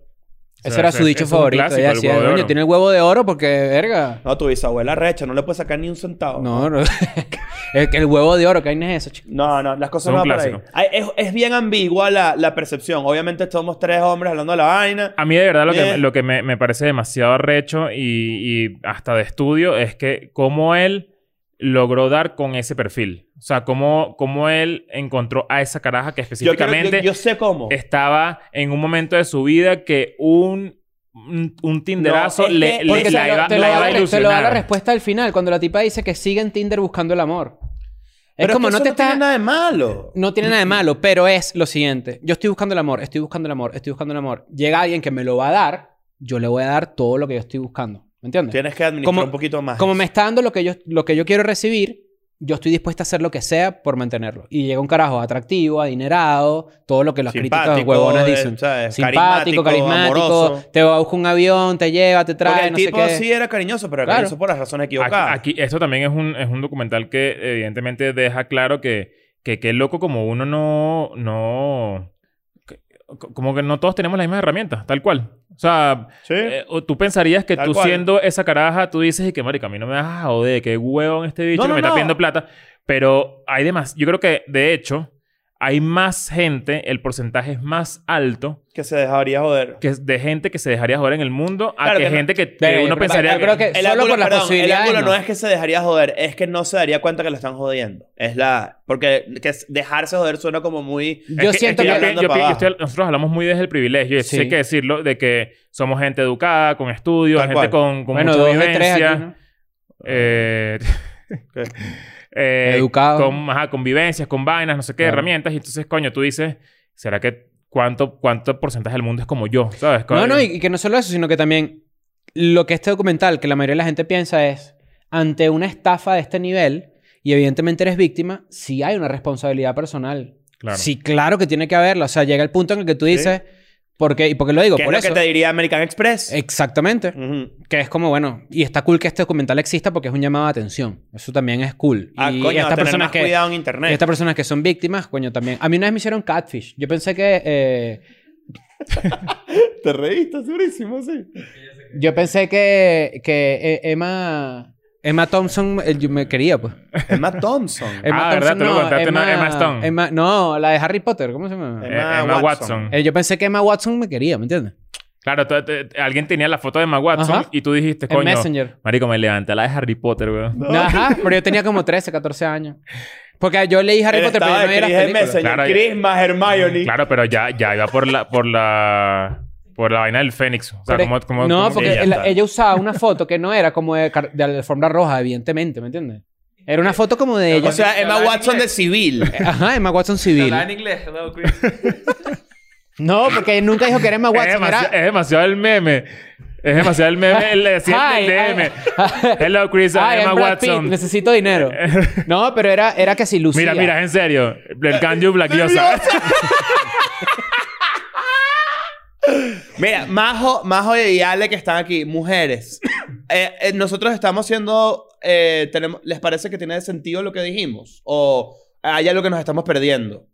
[SPEAKER 3] Ese
[SPEAKER 2] sea,
[SPEAKER 3] era
[SPEAKER 2] ese-
[SPEAKER 3] su
[SPEAKER 2] ese
[SPEAKER 3] dicho
[SPEAKER 2] es un
[SPEAKER 3] favorito.
[SPEAKER 2] clásico,
[SPEAKER 3] Ella
[SPEAKER 2] el
[SPEAKER 3] decía,
[SPEAKER 2] huevo de
[SPEAKER 3] coño,
[SPEAKER 2] oro".
[SPEAKER 3] tiene el huevo de oro porque, verga.
[SPEAKER 4] No, tu bisabuela recha, no le puede sacar ni un centavo.
[SPEAKER 3] No, no. el, el huevo de oro, ¿qué hay es eso, chico?
[SPEAKER 4] No, no, las
[SPEAKER 2] Es
[SPEAKER 4] cosas
[SPEAKER 2] un
[SPEAKER 4] no van por ahí.
[SPEAKER 2] clásico.
[SPEAKER 4] Ay, Es, es bien ambigua la, la percepción. Obviamente somos tres hombres hablando de la vaina.
[SPEAKER 2] A mí de verdad lo que,
[SPEAKER 4] Eh.
[SPEAKER 2] lo que me, me parece demasiado arrecho y, y hasta de estudio es que cómo él logró dar con ese perfil. O sea, cómo, cómo él encontró a esa caraja que
[SPEAKER 4] Yo, creo-
[SPEAKER 2] específicamente
[SPEAKER 4] yo, yo sé cómo.
[SPEAKER 2] estaba en un momento de su vida que un, un, un tinderazo
[SPEAKER 4] No, es
[SPEAKER 2] le,
[SPEAKER 4] que-
[SPEAKER 2] le-
[SPEAKER 3] Porque
[SPEAKER 2] la
[SPEAKER 3] te, lo-
[SPEAKER 2] iba,
[SPEAKER 3] te
[SPEAKER 2] la
[SPEAKER 3] lo
[SPEAKER 2] iba a
[SPEAKER 3] da, te lo da la
[SPEAKER 2] ilusionar.
[SPEAKER 3] respuesta al final, cuando la tipa dice que sigue en Tinder buscando el amor. Es
[SPEAKER 4] Pero
[SPEAKER 3] como
[SPEAKER 4] que
[SPEAKER 3] no
[SPEAKER 4] eso
[SPEAKER 3] te
[SPEAKER 4] no tiene
[SPEAKER 3] está...
[SPEAKER 4] nada de malo.
[SPEAKER 3] No tiene nada de malo, pero es lo siguiente. Yo estoy buscando el amor, estoy buscando el amor, estoy buscando el amor. Llega alguien que me lo va a dar, yo le voy a dar todo lo que yo estoy buscando. ¿Me entiendes?
[SPEAKER 4] Tienes que administrar
[SPEAKER 3] Como-
[SPEAKER 4] un poquito más.
[SPEAKER 3] Como me está dando lo que, yo, lo que yo quiero recibir, yo estoy dispuesta a hacer lo que sea por mantenerlo. Y llega un carajo atractivo, adinerado, todo lo que las críticas
[SPEAKER 4] Simpático,
[SPEAKER 3] huevonas
[SPEAKER 4] eh,
[SPEAKER 3] dicen.
[SPEAKER 4] ¿sabes? Carismático,
[SPEAKER 3] Simpático, carismático,
[SPEAKER 4] amoroso.
[SPEAKER 3] te va a buscar un avión, te lleva, te
[SPEAKER 4] Porque
[SPEAKER 3] trae,
[SPEAKER 4] el
[SPEAKER 3] no sé
[SPEAKER 4] tipo
[SPEAKER 3] qué.
[SPEAKER 4] sí era cariñoso, pero era
[SPEAKER 3] Claro.
[SPEAKER 4] cariñoso por las razones
[SPEAKER 2] Aquí,
[SPEAKER 4] equivocadas.
[SPEAKER 2] aquí- esto también es un, es un documental que evidentemente deja claro que, que qué loco como uno no, no, que- co- como que no todos tenemos las mismas herramientas, tal cual. O sea,
[SPEAKER 4] Sí.
[SPEAKER 2] eh, o tú pensarías que
[SPEAKER 4] Tal
[SPEAKER 2] tú
[SPEAKER 4] cual.
[SPEAKER 2] siendo esa caraja, tú dices y que marica, a mí no me vas a joder, qué huevón este bicho
[SPEAKER 4] No,
[SPEAKER 2] que
[SPEAKER 4] no,
[SPEAKER 2] me está
[SPEAKER 4] no.
[SPEAKER 2] pidiendo plata. Pero hay demás. Yo creo que, de hecho, hay más gente, el porcentaje es más alto
[SPEAKER 4] Que se dejaría joder.
[SPEAKER 2] que es de gente que se dejaría joder en el mundo a
[SPEAKER 4] Claro
[SPEAKER 2] que,
[SPEAKER 4] que no.
[SPEAKER 2] gente que, que
[SPEAKER 3] Pero-
[SPEAKER 2] uno
[SPEAKER 3] pero-
[SPEAKER 2] pensaría
[SPEAKER 3] yo creo que-
[SPEAKER 4] El
[SPEAKER 3] Solo
[SPEAKER 4] ángulo,
[SPEAKER 3] por las
[SPEAKER 4] perdón, el
[SPEAKER 3] posibilidades,
[SPEAKER 4] ángulo no.
[SPEAKER 3] no.
[SPEAKER 4] es que se dejaría joder, es que no se daría cuenta que lo están jodiendo. Es la. Porque que s- dejarse joder suena como muy.
[SPEAKER 2] Es
[SPEAKER 3] yo
[SPEAKER 2] que- es
[SPEAKER 3] siento
[SPEAKER 2] que yo
[SPEAKER 3] que-
[SPEAKER 2] pi- yo
[SPEAKER 4] Hablando
[SPEAKER 2] pi-
[SPEAKER 4] para
[SPEAKER 2] yo estoy-
[SPEAKER 4] abajo.
[SPEAKER 2] nosotros hablamos muy desde el privilegio, y sí
[SPEAKER 3] Sí.
[SPEAKER 2] hay que decirlo, de que somos gente educada, con estudios,
[SPEAKER 4] Tal
[SPEAKER 2] gente
[SPEAKER 4] cual.
[SPEAKER 2] con, con
[SPEAKER 3] bueno,
[SPEAKER 2] mucha
[SPEAKER 3] dos de tres
[SPEAKER 2] vivencia.
[SPEAKER 3] aquí, ¿no?
[SPEAKER 2] eh,
[SPEAKER 4] ¿Qué?
[SPEAKER 2] eh,
[SPEAKER 3] Educado.
[SPEAKER 2] Con, ajá, con vivencias, con vainas, no sé qué,
[SPEAKER 3] Claro.
[SPEAKER 2] herramientas. Y entonces, coño, tú dices, ¿será que cuánto, cuánto porcentaje del mundo es como yo? ¿Sabes?
[SPEAKER 3] No, no, y, y que no solo eso, sino que también lo que este documental, que la mayoría de la gente piensa es, ante una estafa de este nivel, y evidentemente eres víctima, sí hay una responsabilidad personal.
[SPEAKER 2] Claro.
[SPEAKER 3] Sí, claro que tiene que haberla. O sea, llega el punto en el que tú dices, ¿por qué? ¿Y por qué lo digo?
[SPEAKER 4] ¿Qué es
[SPEAKER 3] Por
[SPEAKER 4] lo
[SPEAKER 3] eso.
[SPEAKER 4] que te Mm. diría American Express?
[SPEAKER 3] Exactamente.
[SPEAKER 4] Ujú.
[SPEAKER 3] Que es como, bueno, y está cool que este documental exista porque es un llamado de atención. Eso también es cool.
[SPEAKER 4] Ah,
[SPEAKER 3] y
[SPEAKER 4] coño,
[SPEAKER 3] estas
[SPEAKER 4] tener
[SPEAKER 3] personas
[SPEAKER 4] más
[SPEAKER 3] que,
[SPEAKER 4] cuidado en
[SPEAKER 3] y
[SPEAKER 4] internet.
[SPEAKER 3] estas personas que son víctimas, coño, también. A mí una vez me hicieron catfish. Yo pensé que... eh,
[SPEAKER 4] Te reíste, durísimo, sí.
[SPEAKER 3] Yo pensé que, que eh, Emma, Emma Thompson eh, yo me quería, pues.
[SPEAKER 4] Emma Thompson.
[SPEAKER 3] Emma
[SPEAKER 2] Ah, ¿verdad? Te lo contaste, ¿no?
[SPEAKER 3] Emma,
[SPEAKER 2] Emma Stone.
[SPEAKER 3] Emma- no, la de Harry Potter, ¿cómo se llama?
[SPEAKER 2] Eh,
[SPEAKER 4] Emma
[SPEAKER 2] Emma,
[SPEAKER 4] Watson.
[SPEAKER 2] Watson.
[SPEAKER 3] Eh, yo pensé que Emma Watson me quería, ¿me entiendes?
[SPEAKER 2] Claro, tú- te- te- alguien tenía la foto de Emma Watson
[SPEAKER 3] Ajá.
[SPEAKER 2] y tú dijiste,
[SPEAKER 3] En
[SPEAKER 2] coño,
[SPEAKER 3] Messenger.
[SPEAKER 2] marico, me levanté la de Harry Potter, weón.
[SPEAKER 3] Ajá, pero yo tenía como 13, 14 años. Porque yo leí Harry
[SPEAKER 4] Él
[SPEAKER 3] Potter, pero
[SPEAKER 4] estaba
[SPEAKER 3] yo no
[SPEAKER 4] de
[SPEAKER 3] vi las
[SPEAKER 4] Chris en
[SPEAKER 3] películas.
[SPEAKER 4] Messenger.
[SPEAKER 2] Claro, ya-
[SPEAKER 4] Chris más Hermione.
[SPEAKER 2] Claro, pero ya, ya iba por la, por la, por la vaina del Fénix. O sea,
[SPEAKER 3] Pero-
[SPEAKER 2] como, como,
[SPEAKER 3] e- no,
[SPEAKER 2] como-
[SPEAKER 3] porque
[SPEAKER 4] ella
[SPEAKER 3] la-
[SPEAKER 4] está.
[SPEAKER 3] ella, usaba una foto que no era como de, car- de la alfombra roja, evidentemente, ¿me entiendes? Era una foto como de ella.
[SPEAKER 4] O sea, Emma
[SPEAKER 5] Hablar
[SPEAKER 4] Watson de
[SPEAKER 5] inglés.
[SPEAKER 4] civil.
[SPEAKER 3] Ajá, Emma Watson civil.
[SPEAKER 5] Hablaba en inglés, hello, Chris.
[SPEAKER 3] No, porque nunca dijo que era Emma
[SPEAKER 2] es,
[SPEAKER 3] Watson.
[SPEAKER 2] demasiado,
[SPEAKER 3] era-
[SPEAKER 2] es demasiado el meme. Es demasiado el meme. Le decía
[SPEAKER 3] Hi,
[SPEAKER 2] el DM.
[SPEAKER 3] I-
[SPEAKER 2] Hello, Chris. I'm
[SPEAKER 3] Ay,
[SPEAKER 2] Emma
[SPEAKER 3] I'm "Ah, Brad Pitt,
[SPEAKER 2] Watson.
[SPEAKER 3] necesito dinero. No, pero era, era que si Lucía.
[SPEAKER 2] Mira, mira, en serio. El Can You Black Yosa.
[SPEAKER 4] Mira, Majo, Majo y Ale que están aquí, mujeres. Eh, eh, nosotros estamos haciendo. eh, tenemos, ¿Les parece que tiene sentido lo que dijimos? ¿O hay algo que nos estamos perdiendo?